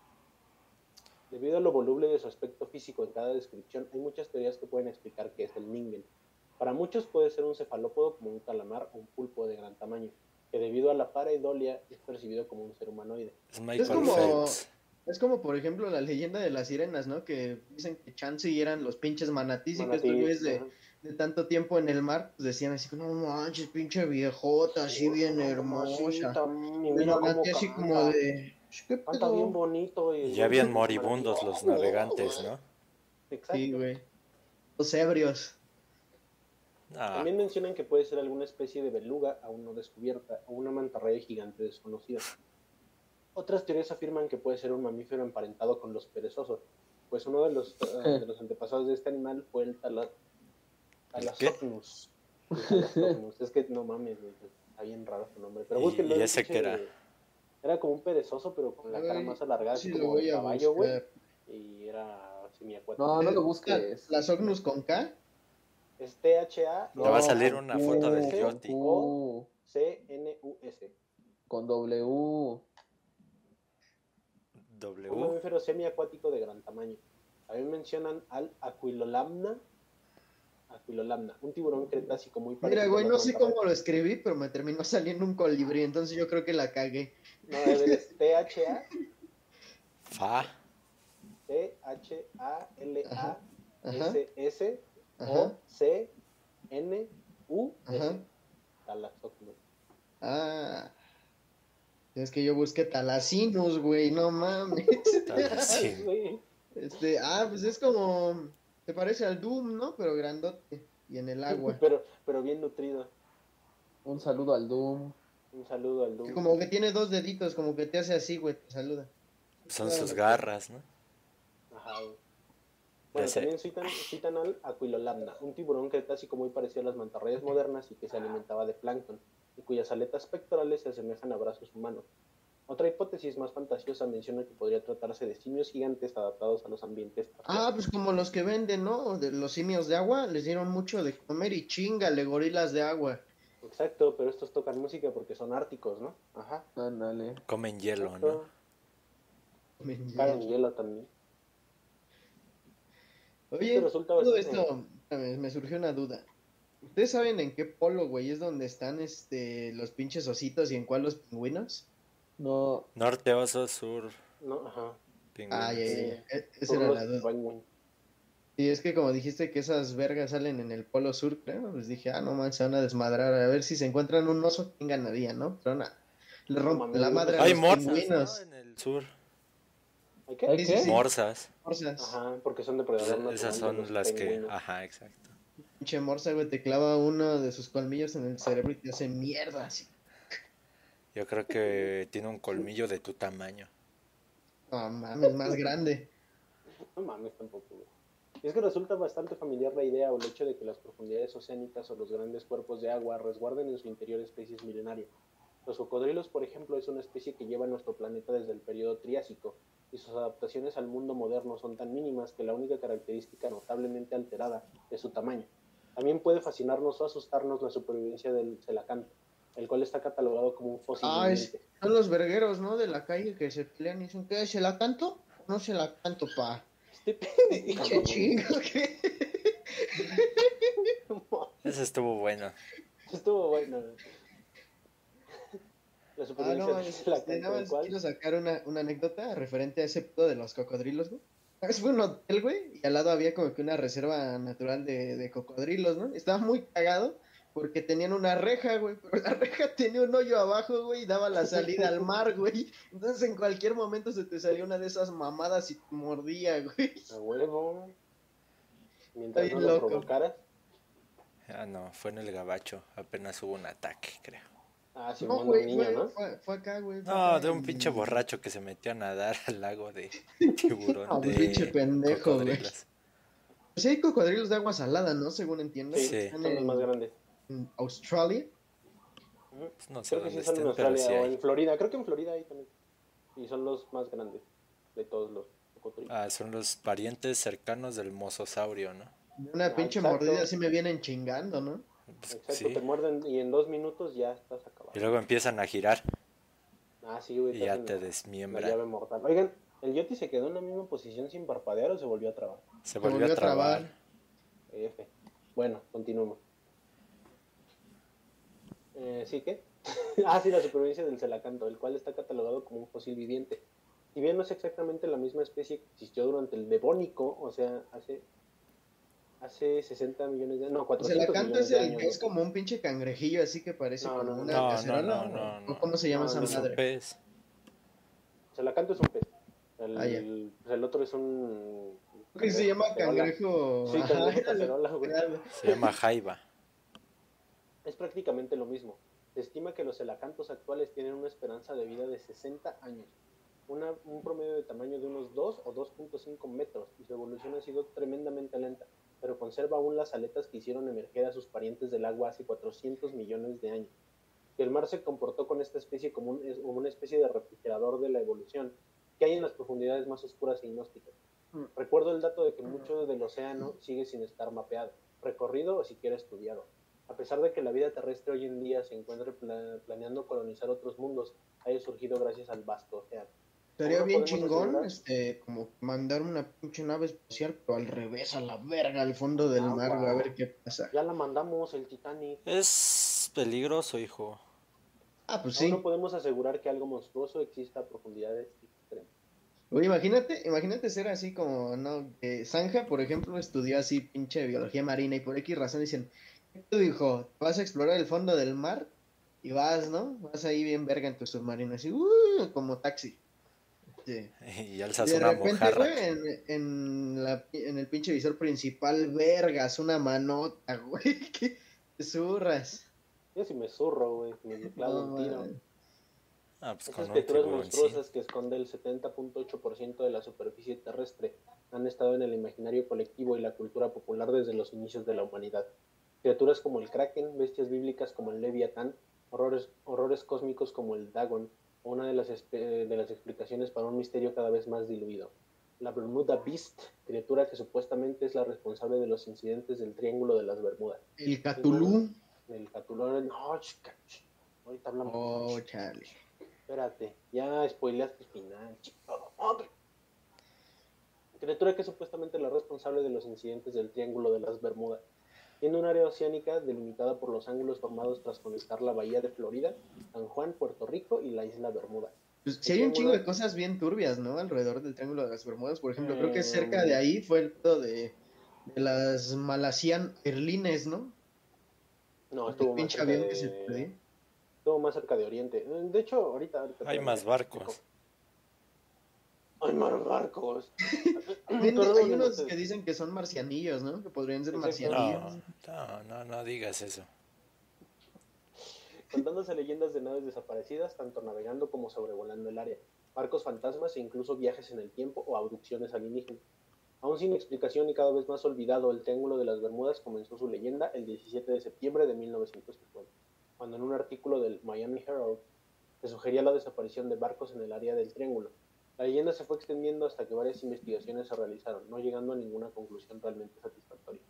S1: Debido a lo voluble de su aspecto físico en cada descripción, hay muchas teorías que pueden explicar qué es el Ningen. Para muchos puede ser un cefalópodo como un calamar o un pulpo de gran tamaño, que debido a la pareidolia es percibido como un ser humanoide.
S3: Es Michael
S2: Es como-
S3: Phelps.
S2: Es como, por ejemplo, la leyenda de las sirenas, ¿no? Que dicen que Chansey eran los pinches manatís y que
S1: Manatí,
S2: estos güeyes de,
S1: ajá.
S2: de tanto tiempo en el mar pues, decían así, no manches, pinche viejota, así bien hermosa.
S1: Mamacita, mm, y
S2: El
S1: mira cómo
S2: navegante así
S1: canta.
S2: como de... ¿Qué
S1: Canta bien
S2: pedo?
S1: bonito. Y
S3: Ya bien moribundos los navegantes, ¿no?
S1: Exacto.
S2: Sí, güey. Los ebrios.
S3: Ah,
S1: También mencionan que puede ser alguna especie de beluga aún no descubierta o una mantarraya gigante desconocida. Otras teorías afirman que puede ser un mamífero emparentado con los perezosos, pues uno de los, eh, de los antepasados de este animal fue el tala-
S3: ¿El qué?
S1: Talasocnus. El Talasocnus. Es que no mames, güey, está bien raro su nombre. Pero
S3: ¿Y-
S1: búsquenlo,
S3: y
S1: es
S3: ese
S1: pinche-
S3: qué era?
S1: Era como un perezoso, pero con la cara
S2: Ay,
S1: más alargada,
S2: Sí, lo
S1: como de
S2: voy a
S1: caballo, güey.
S2: buscar.
S1: Y era semiacuático.
S4: No, no lo
S2: ¿Las-
S4: busques.
S2: ¿Las Ognus con K?
S1: Es THA.
S3: Te va a salir
S1: un
S3: una foto del Yoti.
S4: Q,
S1: CNUS.
S4: con W.
S1: Un
S3: W.
S1: mamífero semiacuático de gran tamaño. También mencionan al Aquilolamna. Aquilolamna, un tiburón cretácico muy parecido.
S2: Mira,
S1: a
S2: güey,
S1: la
S2: no sé
S1: mantarraya.
S2: cómo lo escribí, pero me terminó saliendo un colibrí, entonces yo creo que la cagué.
S1: No, a ver, es THA,
S3: Fa.
S1: T-H-A-L-A,
S2: Ajá,
S1: S-S,
S2: ajá,
S1: O-C-N-U,
S2: ajá.
S1: Talasocnus.
S2: Ah. Es que yo busqué talacinus, güey, no mames.
S3: tal-
S1: Ay,
S3: sí.
S1: güey.
S2: Este, ah, pues es como. Te parece al Doom, ¿no? Pero grandote. Y en el agua.
S1: Pero, pero bien nutrido.
S4: Un saludo al Doom.
S1: Un saludo al
S2: Que
S1: Doom.
S2: Como que tiene dos deditos, como que te hace así, güey, te saluda.
S3: Son sus garras, ¿no?
S1: Ajá, güey. Bueno,
S3: sé.
S1: también citan, citan al Aquilolamna, un tiburón cretácico muy parecido a las mantarrayas modernas y que se alimentaba de plancton, y cuyas aletas pectorales se asemejan a brazos humanos. Otra hipótesis más fantasiosa menciona que podría tratarse de simios gigantes adaptados a los ambientes.
S2: Ah, pues como los que venden, ¿no? De los simios de agua, les dieron mucho de comer y chingale, gorilas de agua.
S1: Exacto, pero estos tocan música porque son árticos, ¿no? Ajá.
S4: Ándale.
S3: Comen hielo,
S1: Exacto.
S3: ¿no?
S1: Cagan hielo también.
S2: Oye,
S1: Esto resulta
S2: todo
S1: bastante-
S2: esto me, me surgió una duda. ¿Ustedes saben en qué polo, güey, es donde están este los pinches ositos y en cuál los pingüinos?
S4: No,
S3: Norte oso, sur
S1: No, ajá.
S3: pingüino.
S2: Ah, ya, ya,
S1: Sí.
S2: ya. E- Esa
S1: Son
S2: era
S1: los
S2: la duda.
S1: penguin.
S2: Y es que como dijiste que esas vergas salen en el polo sur, creo, pues dije, ah, no manches, se van a desmadrar. A ver si se encuentran un oso, ¿quién ganaría, no? Pero nada, le rompen
S1: mames,
S2: la
S1: güey.
S2: madre a
S3: Hay
S2: los
S3: morsas,
S2: pingüinos.
S3: ¿no? En el sur.
S1: ¿Hay qué?
S4: ¿Hay
S2: Sí, sí,
S4: qué?
S2: sí.
S3: Morsas.
S2: Morsas.
S1: Ajá, porque son
S3: Pues,
S1: depredadores naturales.
S3: esas
S1: de los
S3: son las que...
S1: pingüinos.
S3: Ajá, exacto.
S2: Pinche morsa, güey, te clava uno de sus colmillos en el cerebro y te hace mierda, así.
S3: Yo creo que tiene un colmillo de tu tamaño.
S2: No mames, más grande.
S1: No mames tampoco, güey. Y es que resulta bastante familiar la idea o el hecho de que las profundidades oceánicas o los grandes cuerpos de agua resguarden en su interior especies milenarias. Los cocodrilos, por ejemplo, es una especie que lleva a nuestro planeta desde el periodo Triásico, y sus adaptaciones al mundo moderno son tan mínimas que la única característica notablemente alterada es su tamaño. También puede fascinarnos o asustarnos la supervivencia del celacanto, el cual está catalogado como un fósil
S2: Ah, es-
S1: viviente.
S2: Son los vergueros, ¿no? De la calle que se pelean y dicen, ¿qué? ¿Se la canto? No se la canto, pa.
S1: Este
S2: Pinche chingo, ¿qué?
S1: pendejo.
S3: Eso estuvo bueno.
S1: Estuvo bueno. La
S2: Ah, no,
S1: supervivencia de
S2: mames,
S1: la
S2: este,
S1: gente,
S2: nada
S1: el
S2: más
S1: cual-
S2: quiero sacar una, una anécdota referente a ese puto de los cocodrilos, güey. Una vez fue un hotel, güey, y al lado había como que una reserva natural de, de cocodrilos, ¿no? Estaba muy cagado porque tenían una reja, güey, pero la reja tenía un hoyo abajo, güey, y daba la salida al mar, güey. Entonces en cualquier momento se te salía una de esas mamadas y te mordía, güey.
S1: A huevo. Mientras
S2: Está
S1: no
S2: bien
S1: lo
S2: loco.
S1: provocaras.
S3: Ah, no, fue en el gabacho. Apenas hubo un ataque, creo.
S1: Ah, sí,
S2: No,
S1: un
S2: güey,
S1: niño,
S2: fue,
S1: ¿no?
S2: fue- fue acá, güey. fue
S3: No,
S2: acá
S3: de un
S2: en-
S3: pinche borracho que se metió a nadar al lago de
S2: Ah,
S3: tiburón
S2: un
S3: de
S2: pinche pendejo, güey.
S3: cocodrilos.
S2: Pues Sí, hay cocodrilos de agua salada, ¿no? Según entiendo.
S1: Sí,
S3: Sí.
S2: Están
S1: son los más
S2: en,
S1: grandes.
S2: en Australia.
S3: Pues no sé
S1: Creo que sí son
S3: dónde
S1: en
S3: estén, pero
S1: Australia
S3: sí
S1: o
S3: hay.
S1: en Florida. Creo que en Florida hay también. Y son los más grandes de todos los cocodrilos.
S3: Ah, son los parientes cercanos del mososaurio, ¿no?
S2: De una
S1: Ah,
S2: pinche
S1: exacto.
S2: mordida así me vienen chingando, ¿no?
S3: Pues,
S1: Exacto,
S3: sí.
S1: te muerden y en dos minutos ya estás acabado.
S3: Y luego empiezan a girar
S1: Ah, sí, güey.
S3: y ya
S1: hacen
S3: te
S1: la- La
S3: desmiembran.
S1: llave mortal. Oigan, ¿el Yoti se quedó en la misma posición sin parpadear o se volvió a trabar?
S3: Se
S2: Te
S3: volvió a trabar.
S1: F. Bueno, continuamos. Eh, ¿Sí qué? ah, sí, la supervivencia del celacanto, el cual está catalogado como un fósil viviente. Si bien no es exactamente la misma especie que existió durante el Devónico, o sea, hace hace 60 millones de años, no, 400
S2: Celacanto
S1: millones
S2: es
S1: de
S2: el
S1: años.
S2: que es como un pinche cangrejillo, así que parece
S1: No,
S2: como
S1: no,
S2: una
S1: no,
S3: no,
S2: cacerola.
S3: no, no,
S2: ¿o
S3: no.
S2: ¿Cómo se llama
S1: No,
S2: esa
S1: no
S3: Es un
S2: madre?
S3: pez.
S1: Celacanto es un pez. El,
S2: Ah, ya.
S1: el- pues el otro es un...
S2: Creo que se llama
S1: cacerola.
S2: cangrejo.
S1: Sí,
S2: Ajá,
S1: cangrejo
S2: era lo
S1: cacerola,
S2: que
S1: güey.
S2: era.
S3: Se llama jaiba.
S1: Es prácticamente lo mismo. Se estima que los celacantos actuales tienen una esperanza de vida de 60 años, una- un promedio de tamaño de unos 2 o 2.5 metros, y su evolución ha sido tremendamente lenta, pero conserva aún las aletas que hicieron emerger a sus parientes del agua hace 400 millones de años. Y el mar se comportó con esta especie como, un- es- como una especie de refrigerador de la evolución que hay en las profundidades más oscuras e inhóspitas.
S2: Mm.
S1: Recuerdo el dato de que mucho del océano sigue sin estar mapeado, recorrido o siquiera estudiado. A pesar de que la vida terrestre hoy en día se encuentra pla- planeando colonizar otros mundos, haya surgido gracias al vasto océano.
S2: Estaría
S1: ¿Cómo
S2: bien
S1: podemos
S2: chingón,
S1: asegurar?
S2: este, como mandar una pinche nave espacial, pero al revés, a la verga, al fondo del
S1: Ah,
S2: mar, güey, a
S1: guau.
S2: ver qué pasa.
S1: Ya la mandamos, el Titanic.
S3: Es peligroso, hijo.
S2: Ah, pues
S1: Aún
S2: sí.
S1: no podemos asegurar que algo monstruoso exista a profundidades extremas.
S2: Oye, imagínate, imagínate ser así como, ¿no? Que Zanja, por ejemplo, estudió así pinche biología marina y por X razón dicen, ¿qué te dijo? Vas a explorar el fondo del mar y vas, ¿no? Vas ahí bien verga en tu submarino, así, "Uh", como taxi. Sí.
S3: Y alzas
S2: De
S3: una
S2: repente,
S3: mojarra.
S2: güey, en, en la, pi- en el pinche visor principal, vergas, una manota, güey, que te zurras.
S1: Yo si me zurro, güey, me me clavo
S2: No,
S1: un tiro.
S2: madre.
S3: Ah, pues
S1: Esas
S3: con un
S1: criaturas
S3: tiburón, sí.
S1: monstruosas que esconde el 70.8% de la superficie terrestre han estado en el imaginario colectivo y la cultura popular desde los inicios de la humanidad. Criaturas como el Kraken, bestias bíblicas como el Leviatán, horrores, horrores cósmicos como el Dagon, una de las, espe- de las explicaciones para un misterio cada vez más diluido. La Bermuda Beast, criatura que supuestamente es la responsable de los incidentes del Triángulo de las Bermudas.
S2: El Catulú.
S1: El Catulón, no, chica, ch- ahorita hablamos.
S2: Oh, chale.
S1: Espérate, ya spoileaste el final, chingado madre. Criatura que es supuestamente la responsable de los incidentes del Triángulo de las Bermudas, tiene un área oceánica delimitada por los ángulos formados tras conectar la bahía de Florida, San Juan, Puerto Rico y la isla Bermuda.
S2: Pues sí hay un chingo de cosas bien turbias, ¿no? Alrededor del Triángulo de las Bermudas, por ejemplo, creo que
S1: Mm.
S2: cerca de ahí fue el pedo de, de las Malasian Erlines, ¿no?
S1: No, estuvo Eh,
S2: El
S1: más,
S2: pinche
S1: cerca
S2: avión que se
S1: de,
S2: perdió.
S1: estuvo más cerca de Oriente. De hecho, ahorita... ahorita
S3: Hay
S1: te-
S3: más barcos.
S1: Hay más barcos.
S2: Hay
S1: Perdonen
S2: unos
S1: ustedes.
S2: que dicen que son marcianillos, ¿no? Que podrían ser
S1: Exacto.
S2: marcianillos.
S3: No, no, no, no digas eso.
S1: contándose leyendas de naves desaparecidas, tanto navegando como sobrevolando el área, barcos fantasmas e incluso viajes en el tiempo o abducciones alienígenas. Aún sin explicación y cada vez más olvidado, el Triángulo de las Bermudas comenzó su leyenda el 17 de septiembre de 1950, cuando en un artículo del Miami Herald se sugería la desaparición de barcos en el área del Triángulo. La leyenda se fue extendiendo hasta que varias investigaciones se realizaron, no llegando a ninguna conclusión realmente satisfactoria.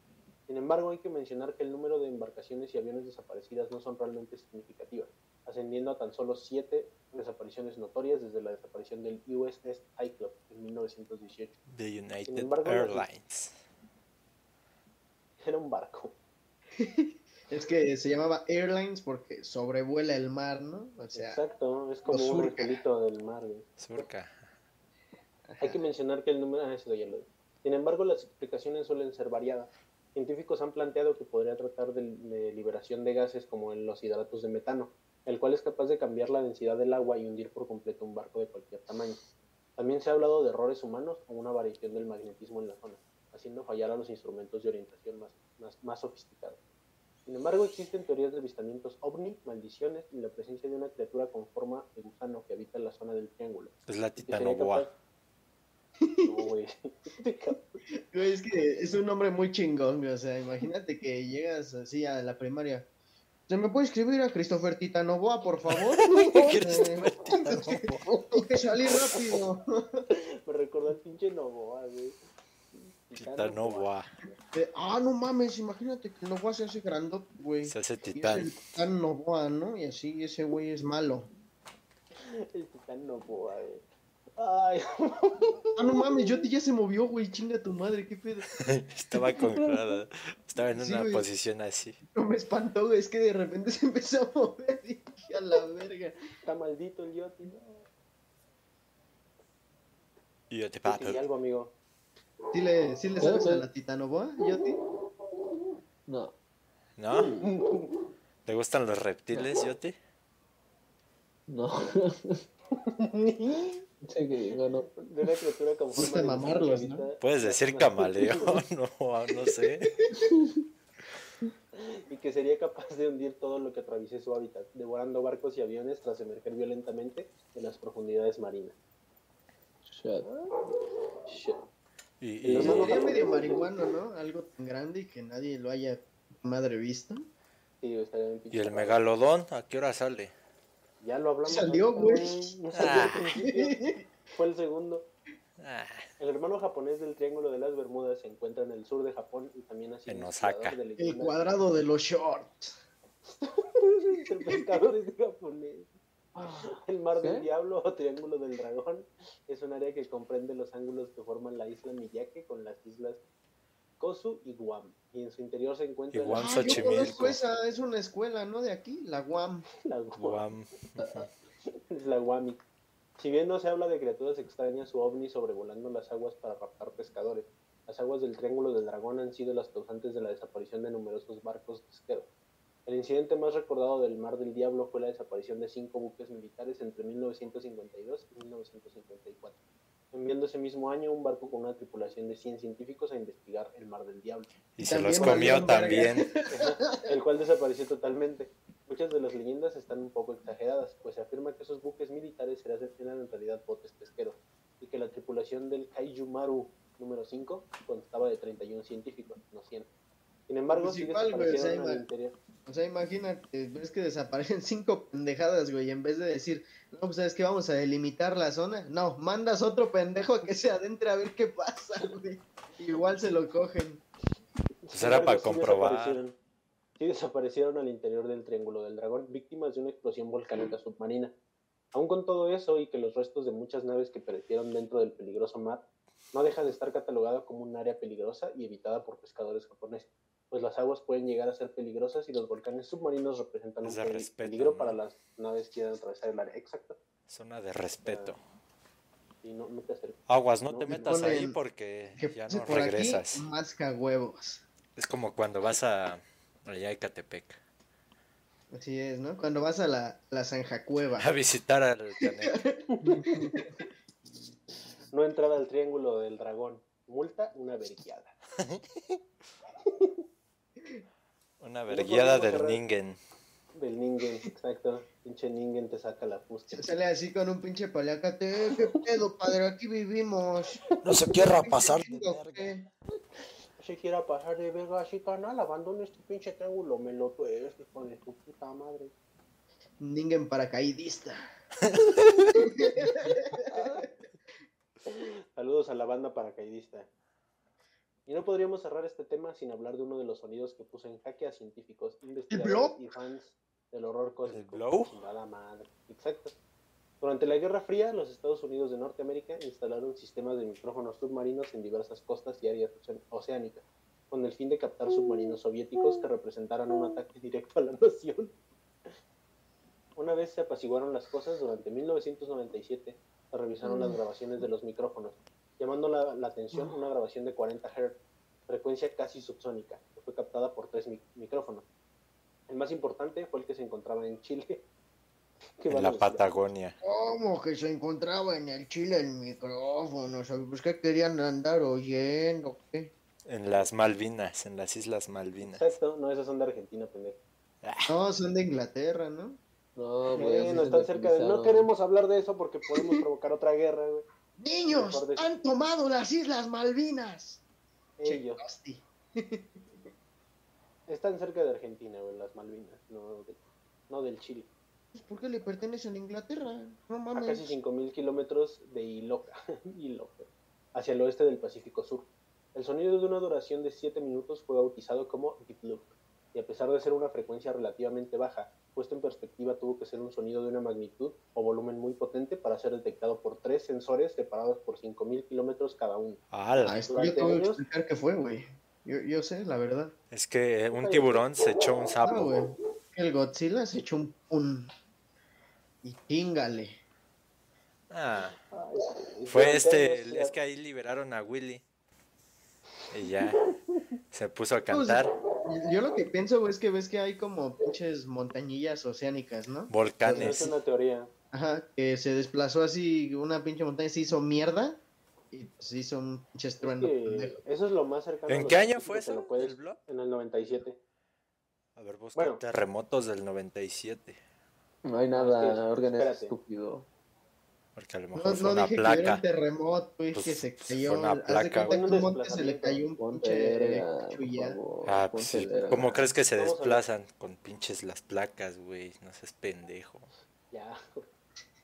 S1: Sin embargo, hay que mencionar que el número de embarcaciones y aviones desaparecidas no son realmente significativas, ascendiendo a tan solo siete desapariciones notorias desde la desaparición del USS Cyclops en 1918.
S3: The United
S1: embargo,
S3: Airlines.
S1: Era un barco.
S2: Es que se llamaba Airlines porque sobrevuela el mar, ¿no? O sea,
S1: Exacto, es como
S2: lo
S1: un
S2: surca.
S1: angelito del mar. güey.
S3: Surca.
S1: Hay que mencionar que el número... ah, eso ya lo dije. Sin embargo, las explicaciones suelen ser variadas. Científicos han planteado que podría tratar de, de liberación de gases como en los hidratos de metano, el cual es capaz de cambiar la densidad del agua y hundir por completo un barco de cualquier tamaño. También se ha hablado de errores humanos o una variación del magnetismo en la zona, haciendo fallar a los instrumentos de orientación más, más, más sofisticados. Sin embargo, existen teorías de avistamientos ovni, maldiciones y la presencia de una criatura con forma de gusano que habita la zona del triángulo.
S3: Es Pues la
S1: Que sería capaz-
S3: titanoboa.
S1: No, güey.
S2: Güey, es que es un nombre muy chingón, güey, O sea, imagínate que llegas así a la primaria. ¿Se me puede escribir a Christopher Titanoboa, por favor?
S3: Christopher
S2: Titanoboa. que salir rápido.
S1: Me recordó al pinche Novoa, güey.
S3: Titanoboa.
S2: Eh, ah, no mames, imagínate que Novoa se hace grandote, güey.
S3: Se hace
S2: Y es
S3: titán.
S2: el Titanoboa, ¿no? Y así ese güey es malo.
S1: El Titanoboa, güey. Ay,
S2: Ah, no mames, Yoti ya se movió, güey. Chinga tu madre, qué pedo.
S3: Estaba congelada. Estaba en
S2: Sí,
S3: una
S2: güey.
S3: posición así.
S2: No me espantó, güey, es que de repente se empezó a mover y dije, a la verga.
S1: Está maldito el Yoti. ¿no?
S3: Y yo Ah,
S1: Creo
S3: te
S1: que hay
S3: pato.
S1: algo, amigo.
S2: ¿Sí le, sí le
S4: Claro,
S2: sabes a
S4: güey.
S2: la titanoboa, Yoti?
S4: No.
S3: ¿No? ¿Te gustan los reptiles, Yoti?
S4: No. Sí, que digo, no.
S1: De una criatura con
S2: Gusta
S1: forma de
S2: mamarlos,
S1: cucharita.
S3: Puedes decir
S1: Una-
S3: camaleón, no, no sé.
S1: y que sería capaz de hundir todo lo que atraviese su hábitat, devorando barcos y aviones tras emerger violentamente de las profundidades marinas.
S4: Shut.
S1: Shit.
S3: Y, y-
S1: Los
S2: Sería
S1: mamones.
S2: medio marihuano, ¿no? Algo tan grande y que nadie lo haya madre visto.
S1: Sí, estaría bien pinche
S3: y el
S1: raro.
S3: megalodón, ¿a qué hora sale?
S1: Ya lo hablamos.
S2: Salió,
S1: ahorita,
S2: güey.
S1: No salió
S3: Ah.
S1: al principio. Fue el segundo.
S3: Ah,
S1: El hermano japonés del Triángulo de las Bermudas se encuentra en el sur de Japón y también así.
S3: En Osaka.
S2: El cuadrado de los shorts.
S1: El pescador es japonés. El mar del
S4: ¿Sí?
S1: diablo o triángulo del dragón es un área que comprende los ángulos que forman la isla Miyake con las islas Kosu y Guam. Y en su interior se encuentra
S3: Y Guam,
S1: la-
S2: Ah, yo
S3: Xochimilco.
S2: conozco esa, es una escuela, ¿no? De aquí, la Guam.
S1: la Guam.
S3: guam.
S1: Es la Guami. Si bien no se habla de criaturas extrañas o ovnis sobrevolando las aguas para raptar pescadores, las aguas del Triángulo del Dragón han sido las causantes de la desaparición de numerosos barcos pesqueros. El incidente más recordado del Mar del Diablo fue la desaparición de cinco buques militares entre 1952 y 1954, enviando ese mismo año un barco con una tripulación de 100 científicos a investigar el Mar del Diablo
S3: Y se
S2: También
S3: los comió
S2: valió verga.
S3: también.
S1: el cual desapareció totalmente. Muchas de las leyendas están un poco exageradas, pues se afirma que esos buques militares eran eran en realidad botes pesqueros y que la tripulación del Kaiju Maru número 5 constaba de 31 científicos, no 100. Sin embargo, sí
S2: Principal, güey,
S1: desaparecieron
S2: o sea,
S1: al
S2: iba-
S1: interior.
S2: O sea, imagínate, ves que desaparecen cinco pendejadas, güey, en vez de decir, no, pues sabes que vamos a delimitar la zona. No, mandas otro pendejo a que se adentre a ver qué pasa, güey. Igual se lo cogen.
S3: Pues era para
S1: Sí
S3: comprobar.
S1: desaparecieron. Sí desaparecieron al interior del Triángulo del Dragón, víctimas de una explosión volcánica
S3: Mm.
S1: submarina. Aún con todo eso y que los restos de muchas naves que perecieron dentro del peligroso mar no deja de estar catalogada como un área peligrosa y evitada por pescadores japoneses, pues las aguas pueden llegar a ser peligrosas y los volcanes submarinos representan un
S3: Les da
S1: peli-
S3: respeto,
S1: peligro
S3: ¿no?
S1: para las naves que quieran atravesar el área. Exacto.
S3: Zona de respeto.
S1: Ah. Y no, no te acerques.
S3: Aguas, no
S1: No,
S3: te
S1: y
S3: metas ahí
S2: ponen
S3: porque
S2: Que
S3: ya
S2: pase
S3: no
S2: por
S3: regresas.
S2: aquí, más huevos.
S3: Es como cuando vas a allá a Ecatepec
S2: Así es, ¿no? Cuando vas a la, la zanjacueva.
S3: a visitar al Canek.
S1: No entrar al Triángulo del Dragón. Multa una veriquiada.
S3: una verguiada
S1: podemos
S3: del
S1: cerrar.
S3: Ningen.
S1: Del Ningen, exacto. Pinche Ningen te saca la fusta.
S2: Se Sale así con un pinche paliacate, "Eh, qué pedo, padre, aquí vivimos.
S3: No se quiera
S2: Chingo, ¿qué?
S1: Si quiera pasar de verga así, canal, abandona este pinche triángulo, me lo tues, hijo de tu puta madre.
S2: Ningen paracaidista.
S1: Saludos a la banda paracaidista. Y no podríamos cerrar este tema sin hablar de uno de los sonidos que puso en jaque a científicos, investigadores
S2: blow?
S1: y fans del horror cósmico.
S3: blow?
S1: Chingada madre. Exacto. Durante la Guerra Fría, los Estados Unidos de Norteamérica instalaron sistemas de micrófonos submarinos en diversas costas y áreas oce- oceánicas, con el fin de captar submarinos soviéticos que representaran un ataque directo a la nación. Una vez se apaciguaron las cosas, durante 1997 se revisaron las grabaciones de los micrófonos, llamando la, la atención una grabación de 40 Hz, frecuencia casi subsónica, que fue captada por tres mic- micrófonos. El más importante fue el que se encontraba en Chile. Qué
S3: En la
S1: barbaridad.
S3: Patagonia.
S2: ¿Cómo que se encontraba en el chile el micrófono? ¿Sabes pues, qué querían andar oyendo? ¿Qué?
S3: En las Malvinas, en las Islas Malvinas.
S1: Exacto, no, esas son de Argentina, pendejo.
S2: No, son de Inglaterra, ¿no?
S4: No, güey. a mí
S1: Bueno,
S4: se
S1: están
S4: me
S1: cerca de... No
S4: utilizaron.
S1: queremos hablar de eso porque podemos provocar otra guerra, güey.
S2: Niños,
S1: Mejor de-
S2: han tomado las Islas Malvinas.
S1: Ellos
S2: Hosti.
S1: están cerca de Argentina, güey, las Malvinas, no, de- no del Chile.
S2: Pues, ¿Por qué le pertenecen a Inglaterra? No
S1: a casi
S2: mames.
S1: 5.000 kilómetros de Iloca, Iloca, hacia el oeste del Pacífico Sur. El sonido de una duración de 7 minutos fue bautizado como Deep Loop, y a pesar de ser una frecuencia relativamente baja, puesto en perspectiva tuvo que ser un sonido de una magnitud o volumen muy potente para ser detectado por tres sensores separados por 5.000 kilómetros cada uno.
S3: ¡Hala!
S2: Ah, esto yo te voy a explicar qué fue, güey. Yo, yo sé, la verdad.
S3: Es que un tiburón se echó un sapo.
S2: Ah, güey. El Godzilla se echó un pun. Y chingale.
S3: Ah, fue este, el- es que ahí liberaron a Willy. Y ya se puso
S1: Pues,
S3: a cantar.
S2: Yo lo que pienso, güey, es que ves que hay como pinches montañillas oceánicas, ¿no?
S1: Esa es
S3: Volcanes.
S1: una teoría.
S2: Ajá, que se desplazó así, una pinche montaña se hizo mierda y se hizo un pinche estruendo.
S1: Sí,
S2: pendejo.
S1: eso es lo más cercano. a
S3: ¿En
S1: lo
S3: qué año
S1: científico
S3: fue
S1: que
S3: eso?
S1: lo puedes-
S3: ¿El blog?
S1: En el 97.
S3: A ver, busca
S1: Bueno.
S3: terremotos del 97.
S4: No hay nada,
S1: Es que,
S4: Organ es
S1: espérate.
S4: estúpido.
S3: Porque a lo
S2: No,
S3: mejor fue
S2: no
S3: una
S2: dije que hubiera
S3: placa.
S2: un terremoto, güey,
S3: Pues,
S2: que se
S3: fue
S2: cayó.
S3: una
S2: Haz de
S3: placa,
S2: cuenta
S1: güey.
S2: que un monte se le cayó un
S4: Ponte
S2: pinche
S4: verga, por
S2: chulla.
S4: favor,
S3: Ah,
S4: ponte
S3: pues sí.
S4: verga.
S3: ¿Cómo crees que se
S1: Vamos a ver.
S3: desplazan con pinches las placas, güey? No seas pendejo.
S1: Ya.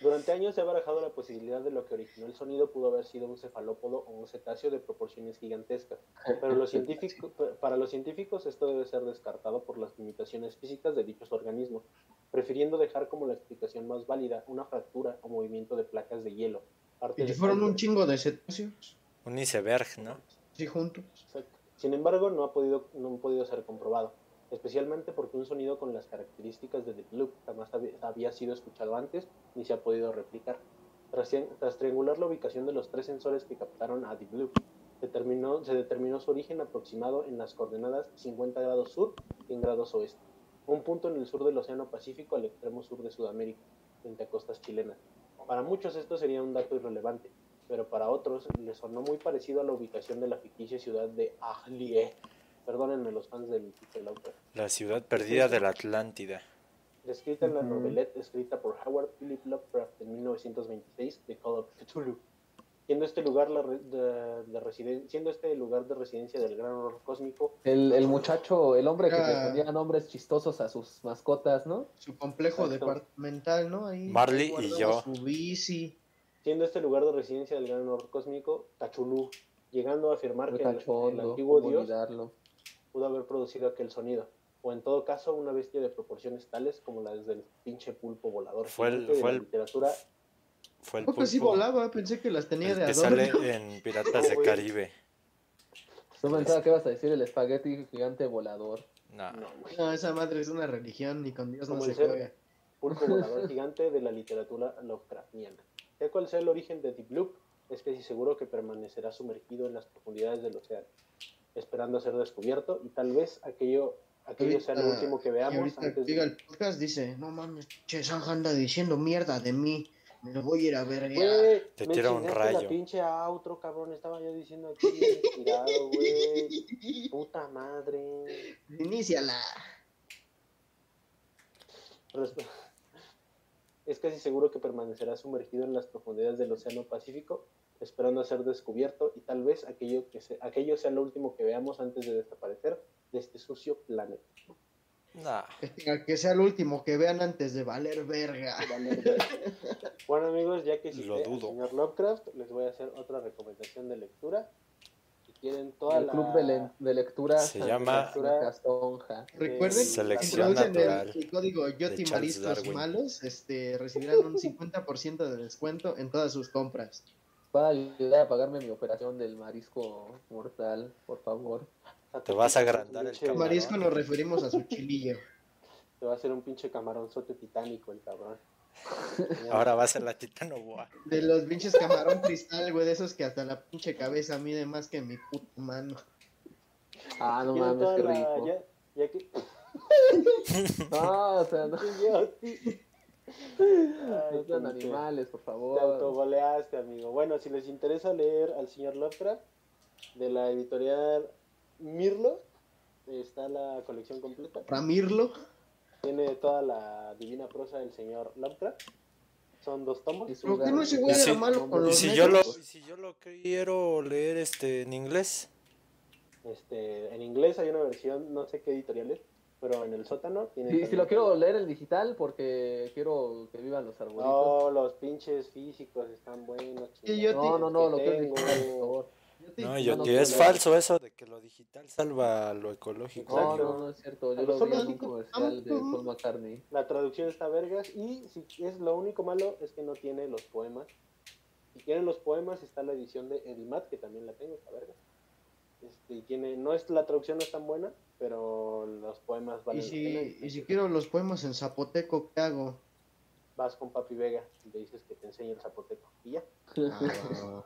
S1: Durante años se ha barajado la posibilidad de lo que originó el sonido pudo haber sido un cefalópodo o un cetáceo de proporciones gigantescas, pero los científicos, para los científicos esto debe ser descartado por las limitaciones físicas de dichos organismos, prefiriendo dejar como la explicación más válida una fractura o movimiento de placas de hielo. Parte
S2: Y
S1: de
S2: fueron un
S1: iceberg.
S2: chingo de cetáceos,
S3: Un iceberg, ¿no?
S2: sí, juntos.
S1: Exacto. Sin embargo, no ha podido, no han podido ser comprobado, especialmente porque un sonido con las características de The Loop jamás hab- había sido escuchado antes ni se ha podido replicar. Tras, cien- tras triangular la ubicación de los tres sensores que captaron a The Loop, determinó, se determinó su origen aproximado en las coordenadas 50 grados sur y en grados oeste, un punto en el sur del Océano Pacífico al extremo sur de Sudamérica, frente a costas chilenas. Para muchos esto sería un dato irrelevante, pero para otros le sonó muy parecido a la ubicación de la ficticia ciudad de Ahlie. Perdónenme los fans del Pixelautor.
S3: La ciudad perdida de la Atlántida.
S1: Descrita en la
S2: Ujú.
S1: novelette escrita por Howard Philip Lovecraft en 1926, The Call of Cthulhu. Siendo este lugar la re- de, de residen- siendo este lugar de residencia del gran horror cósmico,
S4: El, el muchacho, el hombre que
S2: Ah.
S4: le ponía nombres chistosos a sus mascotas, ¿no?
S2: Su complejo
S1: Exacto.
S2: departamental, ¿no? Ahí
S3: Marley y
S2: guardaba
S3: yo.
S2: Su bici.
S1: siendo este lugar de residencia del gran horror cósmico, Cthulhu, llegando a afirmar
S4: Muy
S1: que el, el
S4: cachondo,
S1: antiguo
S4: cómo
S1: dios
S4: olvidarlo.
S1: pudo haber producido aquel sonido. O en todo caso, una bestia de proporciones tales como las del pinche pulpo volador.
S3: Fue el-
S1: gigante de
S3: fue
S1: la
S3: el-
S1: literatura.
S3: Fue el
S2: Poco sí
S3: pulpo
S2: volaba, pensé que las tenía
S3: el
S2: de
S3: que
S2: adorno.
S3: sale en Piratas de
S1: Güey.
S3: Caribe.
S4: No pensaba que ibas a decir el espagueti gigante volador.
S3: No.
S1: No, güey.
S2: No, esa madre es una religión y con Dios no
S1: Como
S2: se
S1: el ser.
S2: juega.
S1: Pulpo volador gigante de la literatura Lovecraftiana. Ya cual sea el origen de Deep Loop, es casi seguro que permanecerá sumergido en las profundidades del océano, esperando a ser descubierto y tal vez aquello, aquello sea lo
S2: Ahorita-
S1: último que
S2: Y
S1: veamos
S2: ahorita
S1: antes
S2: llega
S1: de...
S2: el podcast, dice, no mames, che, Sanja anda diciendo mierda de mí, me lo voy a ir a ver.
S1: Güey,
S3: Te
S1: me
S3: tira un
S1: chingaste
S3: rayo.
S1: la pinche outro, cabrón. Estaba yo diciendo aquí, tirado, güey. Puta madre.
S2: Iníciala.
S1: Resp- Es casi seguro que permanecerá sumergido en las profundidades del Océano Pacífico, esperando a ser descubierto y tal vez aquello, que se- aquello sea lo último que veamos antes de desaparecer de este sucio planeta.
S3: No.
S2: Que- Que sea el último que vean antes de valer verga.
S1: Vale, verga. bueno amigos, ya que
S3: Lo
S1: cité al
S3: dudo.
S1: señor Lovecraft, les voy a hacer otra recomendación de lectura. Si quieren toda
S4: El
S1: la...
S4: club de, le- de lectura
S3: Se llama-
S4: Santa Castonja.
S2: Recuerden,
S3: Selección
S2: introducen el-
S3: natural
S2: el, código Yoti
S3: Charles
S2: Mariscos
S3: Darwin.
S2: Malos, este, recibirán un 50% de descuento en todas sus compras.
S4: Va a ayudar a pagarme mi operación del marisco mortal, por favor.
S3: Te vas a agrandar el
S1: Pinche-
S3: cabrón.
S2: Marisco nos referimos a su chilillo.
S1: Te va a hacer un pinche camaronzote titánico el cabrón.
S3: Ahora va a ser la titanoboa.
S2: De los pinches camarón cristal, güey, de esos que hasta la pinche cabeza mide más que mi puta mano.
S4: Ah, no
S1: Quieren
S4: mames,
S1: toda
S4: qué
S1: la-
S4: rico.
S1: ya- ya que...
S4: No, o sea, no, no
S1: Ay,
S4: sean
S1: pinche.
S4: animales, por
S1: Te
S4: favor.
S1: autogoleaste, amigo. Bueno, si les interesa leer al señor Lovecraft, de la editorial Mirlo, está la colección completa.
S2: Ramirlo,
S1: Tiene toda la divina prosa del señor Lovecraft. Son dos tomos.
S4: Y su
S2: ¿Por qué no se
S4: gran-
S2: güey
S3: Y si-
S2: era malo con
S3: Y
S2: los
S3: si yo lo, y si yo lo quiero leer este en inglés,
S1: Este, en inglés hay una versión, no sé qué editorial es, pero en el sótano tiene.
S4: Sí,
S1: también-
S4: sí, lo quiero leer en digital porque quiero que vivan los arbolitos.
S1: No, los pinches físicos están buenos.
S2: Y
S1: chingados.
S2: yo
S4: No, no, no,
S1: que
S4: lo quiero en
S1: tengo.
S4: digital, por favor.
S3: no,
S4: sí,
S3: yo
S4: no,
S3: tío,
S4: no,
S3: es
S4: no.
S3: falso eso de que lo digital salva lo ecológico.
S4: No,
S1: Exacto.
S4: no, no es cierto. Yo
S1: Pero
S4: lo
S1: son
S4: vi en
S2: los
S4: un
S2: únicos-
S4: comercial de
S2: vamos,
S4: Paul McCartney.
S1: La traducción está vergas y si es lo único malo es que no tiene los poemas. Si quieren los poemas está la edición de Edimat que también la tengo, está vergas. Este, y tiene, no es, la traducción no es tan buena, pero los poemas
S2: Y si, y si quiero los poemas en zapoteco, ¿qué hago?
S1: Vas con Papi Vega y le dices que te enseñe el zapoteco. Y ya.
S2: Ah,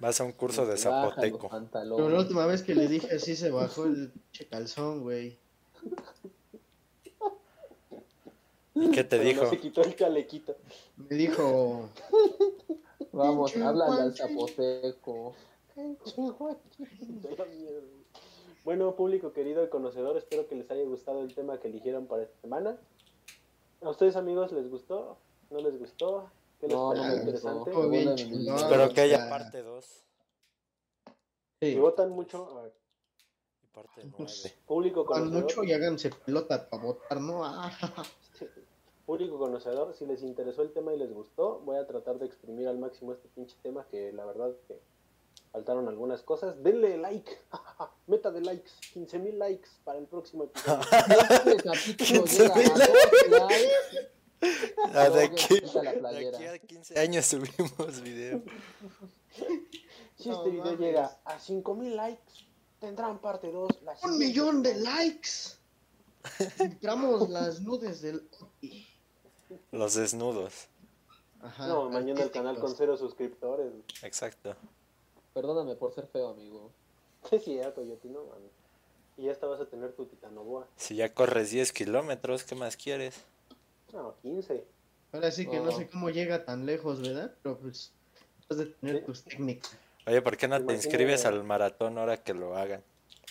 S3: Vas a un curso de
S4: Este, Baja Ah, los
S3: zapoteco.
S4: pantalones.
S2: pero la última vez que le dije así se bajó el pinche calzón, güey.
S3: ¿Y qué te
S1: Pero
S3: dijo?
S1: No se quitó el chalequito.
S2: Me dijo,
S4: Vamos,
S2: Pinche
S4: háblale al
S2: guanche.
S4: zapoteco.
S1: De la mierda. Bueno, público querido y conocedor, espero que les haya gustado el tema que eligieron para esta semana. ¿A ustedes, amigos, les gustó? ¿No les gustó? ¿Qué les
S4: No, no
S1: pareció
S4: me
S1: interesante?
S4: gustó.
S2: Estuvo bien
S4: Perdóname,
S2: chingón.
S4: no.
S3: Espero Pues, que haya
S2: Ah.
S3: parte 2
S1: Si
S2: sí,
S1: votan mucho, a ver,
S3: y parte 9.
S1: público
S2: con
S1: conocedor,
S2: mucho y háganse pelota para votar, ¿no? Ah,
S1: público conocedor, si les interesó el tema y les gustó, voy a tratar de exprimir al máximo este pinche tema que la verdad que faltaron algunas cosas. Denle like, meta de likes, 15.000 mil likes para el próximo episodio.
S4: Este capítulo llega a dos likes.
S3: Ah, de
S4: Oye,
S3: aquí,
S4: quita la
S3: de aquí
S4: playera.
S3: a 15 años subimos video.
S1: Si
S2: No
S1: este video
S2: mames.
S1: llega a 5000 likes, tendrán parte 2. la
S2: un
S1: siguiente
S2: millón de
S1: semana.
S2: likes. Entramos las nudes del...
S3: Los desnudos.
S2: Ajá,
S1: No, mañana el canal con
S2: artísticos.
S1: cero suscriptores.
S3: Exacto.
S4: Perdóname por ser feo, amigo.
S1: Es cierto, yo no mames. Y ya hasta vas a tener tu titanoboa.
S3: Si ya corres 10 kilómetros, ¿qué más quieres?
S1: No, 15.
S2: Ahora sí que no
S4: No.
S2: sé cómo llega tan lejos, ¿verdad? Pero pues, has de tener
S1: Sí.
S2: tus técnicas.
S3: Oye, ¿por qué no te
S1: Imagínate.
S3: inscribes al maratón ahora que lo hagan?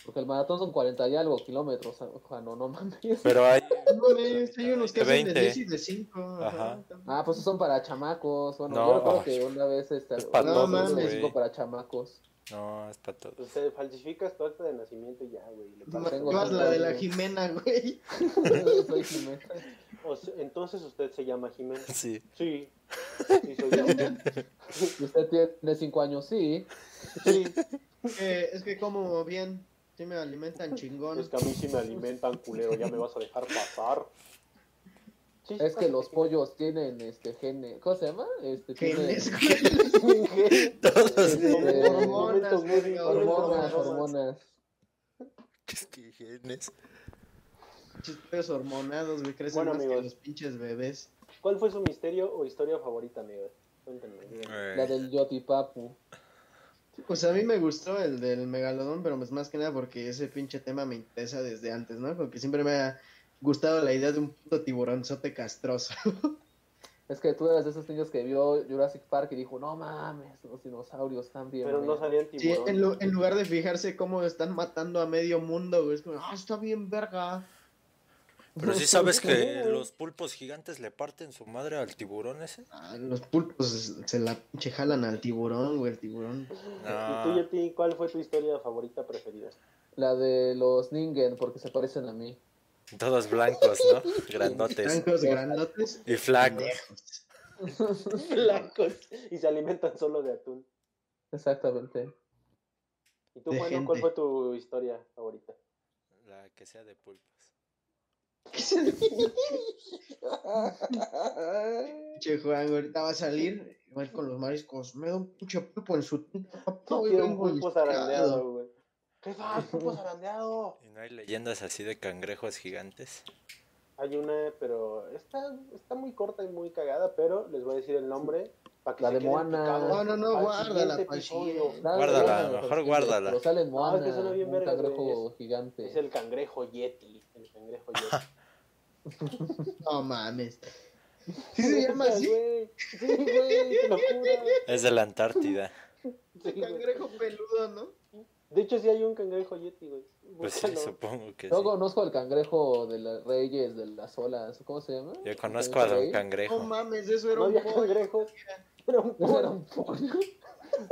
S4: Porque el maratón son 40 y algo kilómetros, Juan, no mames.
S3: Pero hay...
S2: No, de- hay unos que hacen de
S3: 20.
S2: 10 y de 5.
S3: Ajá.
S4: Ah, pues son para chamacos. Bueno,
S3: No.
S4: yo recuerdo que una vez este,
S3: Es para
S4: no
S2: todos,
S4: mames,
S2: güey.
S4: cinco para chamacos.
S3: No, es para todos.
S1: Pues te falsificas tu acta de nacimiento y ya, güey. le
S2: Ma-
S1: pasas.
S4: Tengo
S2: Yo haz la
S4: cinco
S2: de la
S4: años.
S2: Jimena, güey.
S4: Soy Jimena.
S1: O sea, entonces usted se llama Jimena.
S3: Sí.
S1: Sí. Sí, soy yo.
S4: Y usted tiene 5 años, sí.
S1: Sí.
S2: Eh, es que como bien, sí me alimentan
S1: Es
S2: chingón.
S1: que a mí sí me alimentan, culero. Ya me vas a dejar pasar. Sí,
S4: Es que los
S1: sí.
S4: pollos tienen este gene. ¿Cómo se llama? Este, tienen-
S2: Genes, güey.
S3: Todos.
S4: Este,
S2: hormonas,
S1: Momentos muy-
S2: güey, hormonas.
S4: hormonas, hormonas.
S2: Chistes hormonados, güey. Crecen
S1: Bueno,
S2: más
S1: amigos.
S2: que los pinches bebés.
S1: ¿Cuál fue su misterio o historia favorita, amigos? Cuéntenme. díganme.
S3: Eh,
S4: La del Yotipapu.
S2: Pues a mí me gustó el del megalodón, pero pues más que nada porque ese pinche tema me interesa desde antes, ¿no? Porque siempre me ha gustado la idea de un puto tiburonzote castroso.
S4: Es que tú eras de esos niños que vio Jurassic Park y dijo, no mames, los dinosaurios están bien.
S1: Pero no
S4: verga".
S1: salían
S2: Sí,
S1: tiburones.
S2: en, lu- en lugar de fijarse cómo están matando a medio mundo, güey. Es como, ah, está bien verga.
S3: Pero sí sabes que los pulpos gigantes le parten su madre al tiburón ese.
S2: Ah, los pulpos se la pinche jalan al tiburón, güey, el tiburón.
S1: ¿Y tú,
S3: No.
S1: Yeti, cuál fue tu historia favorita preferida?
S4: La de los Ningen, porque se parecen a mí.
S3: Todos blancos, ¿no? Grandotes.
S2: Blancos grandotes.
S3: Y flacos.
S2: pendejos.
S1: Blancos. Y se alimentan solo de atún.
S4: Exactamente.
S1: ¿Y tú,
S2: De
S1: Juan, cuál
S2: gente.
S1: fue tu historia favorita?
S3: La que sea de pulpos.
S2: Pinche Juan, güey, ahorita va a salir, igual con los mariscos. Me da un pinche pulpo en su tinta, papá,
S1: No
S2: güey,
S1: quiero un
S2: vengo
S1: pulpo
S2: disparado.
S1: zarandeado, güey. Jefa, pulpo zarandeado.
S3: ¿Y no hay leyendas así de cangrejos gigantes?
S1: Hay una, pero está, está muy corta y muy cagada, pero les voy a decir el nombre. Para que
S4: La
S1: se
S4: de
S1: queden
S4: Moana.
S1: picados
S2: No, no, no,
S1: al
S2: guárdala,
S1: siguiente
S2: pa'l
S1: episodio.
S2: siguiente.
S3: Guárdala,
S4: Guárdala,
S3: mejor
S4: pero-
S3: guárdala.
S4: Pero sale en
S1: No, Ah, es
S4: Moana,
S1: que suena bien
S4: un
S1: verga,
S4: cangrejo
S1: güey.
S4: gigante.
S1: Es el cangrejo Yeti. El cangrejo Yeti.
S2: No mames. Sí se llama así.
S1: güey. Sí, güey, te lo juro.
S3: Es de la Antártida.
S1: Sí, güey.
S2: Cangrejo peludo, ¿no?
S1: De hecho, sí hay un cangrejo Yeti, güey.
S3: Pues sí,
S1: Búscalo.
S3: supongo que sí.
S4: Yo conozco el cangrejo de las reyes, de las olas, ¿cómo se llama?
S3: Yo conozco a Don
S4: Cangrejo.
S2: No
S3: Cangrejo.
S2: mames, eso era
S1: No
S2: un
S1: había
S2: pollo.
S1: cangrejos. Era un
S4: Ese
S1: pollo.
S4: era un pollo.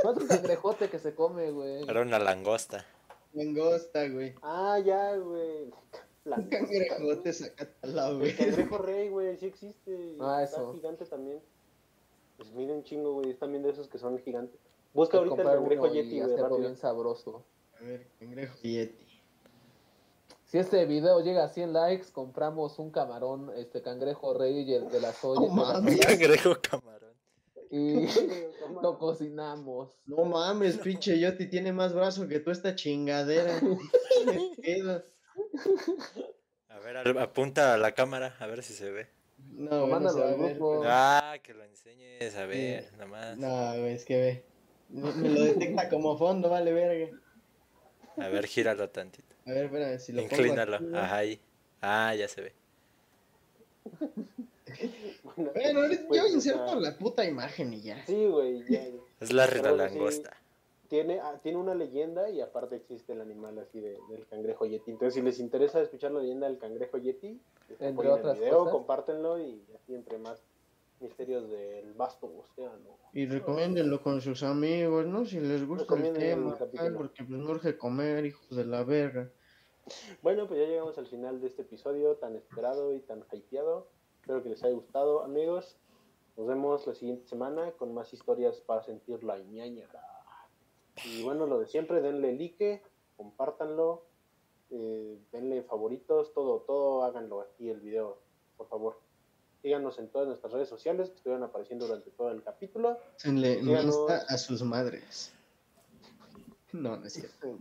S4: No es un cangrejote que se come, güey.
S3: Era una langosta.
S2: Langosta, güey.
S1: Ah, ya, güey. La-
S2: Un cangrejote sacatala, güey.
S1: El cangrejo rey, güey, sí existe.
S4: Ah,
S1: Está
S4: eso.
S1: gigante también. Pues miren chingo, güey. Es también de esos que son gigantes. Busca
S4: Hay que
S1: ahorita el
S4: comprar
S1: cangrejo
S4: uno y
S1: Yeti, güey,
S4: hacerlo
S1: rápido.
S4: bien sabroso.
S2: A ver, cangrejo yeti.
S4: Si este video llega a 100 likes, compramos un camarón, este cangrejo rey y el de las ollas.
S2: Ah, No mames.
S3: Un cangrejo camarón.
S4: y lo cocinamos.
S2: No mames, pinche Yoti tiene más brazo que tú esta chingadera. Me quedo.
S3: A ver, al- apunta a la cámara, a ver si se ve.
S2: No, güey, no
S4: Mándalo
S2: se va a
S4: al
S2: ver,
S4: grupo.
S2: güey.
S3: Ah, que lo enseñes, a ver, nomás.
S2: No, güey, es que ve. Me, me lo detecta como fondo, vale verga.
S3: A ver, gíralo tantito.
S2: A ver, espérame, si lo pongo
S3: Inclínalo.
S2: aquí, güey.
S3: Ajá, ahí. Ah, ya se ve.
S1: Bueno,
S2: Bueno, ahorita
S1: pues,
S2: yo
S1: o sea,
S2: inserto la puta imagen y ya.
S1: Sí, güey, ya. ya.
S3: Es la
S1: Pero
S3: reda
S1: bueno, sí.
S3: langosta.
S1: Tiene, ah, tiene una leyenda y aparte existe el animal así de- del cangrejo yeti. Entonces, si les interesa escuchar la leyenda del cangrejo yeti,
S4: Entre
S1: apoyen el
S4: otras
S1: video,
S4: cosas.
S1: compártenlo y así entre más misterios del vasto océano.
S2: Y recomiéndenlo con sus amigos, ¿no? Si les gusta el
S1: Recomiéndenlo,
S2: tema,
S1: capitán.
S2: tal, porque pues me urge comer, hijos de la verga.
S1: Bueno, pues ya llegamos al final de este episodio tan esperado y tan hypeado. Espero que les haya gustado, amigos. Nos vemos la siguiente semana con más historias para sentir la ñañara. Y bueno, lo de siempre, denle like, compártanlo, eh, denle favoritos, todo, todo, háganlo aquí el video, por favor. Síganos en todas nuestras redes sociales que estuvieron apareciendo durante todo el capítulo.
S2: Échenle
S1: Díganos.
S2: insta a sus madres. No, no es cierto.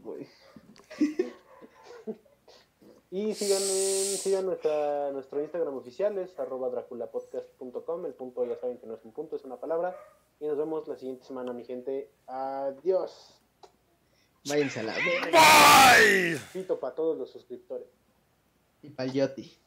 S1: Y sigan, en- sigan nuestra, nuestro Instagram oficial, es arroba draculapodcast.com. El punto ya saben que no es un punto, es una palabra. Y nos vemos la siguiente semana, mi gente. Adiós.
S2: Váyanse a la verga.
S3: ¡Bye!
S1: Pito para todos los suscriptores.
S2: Y pa'l yoti.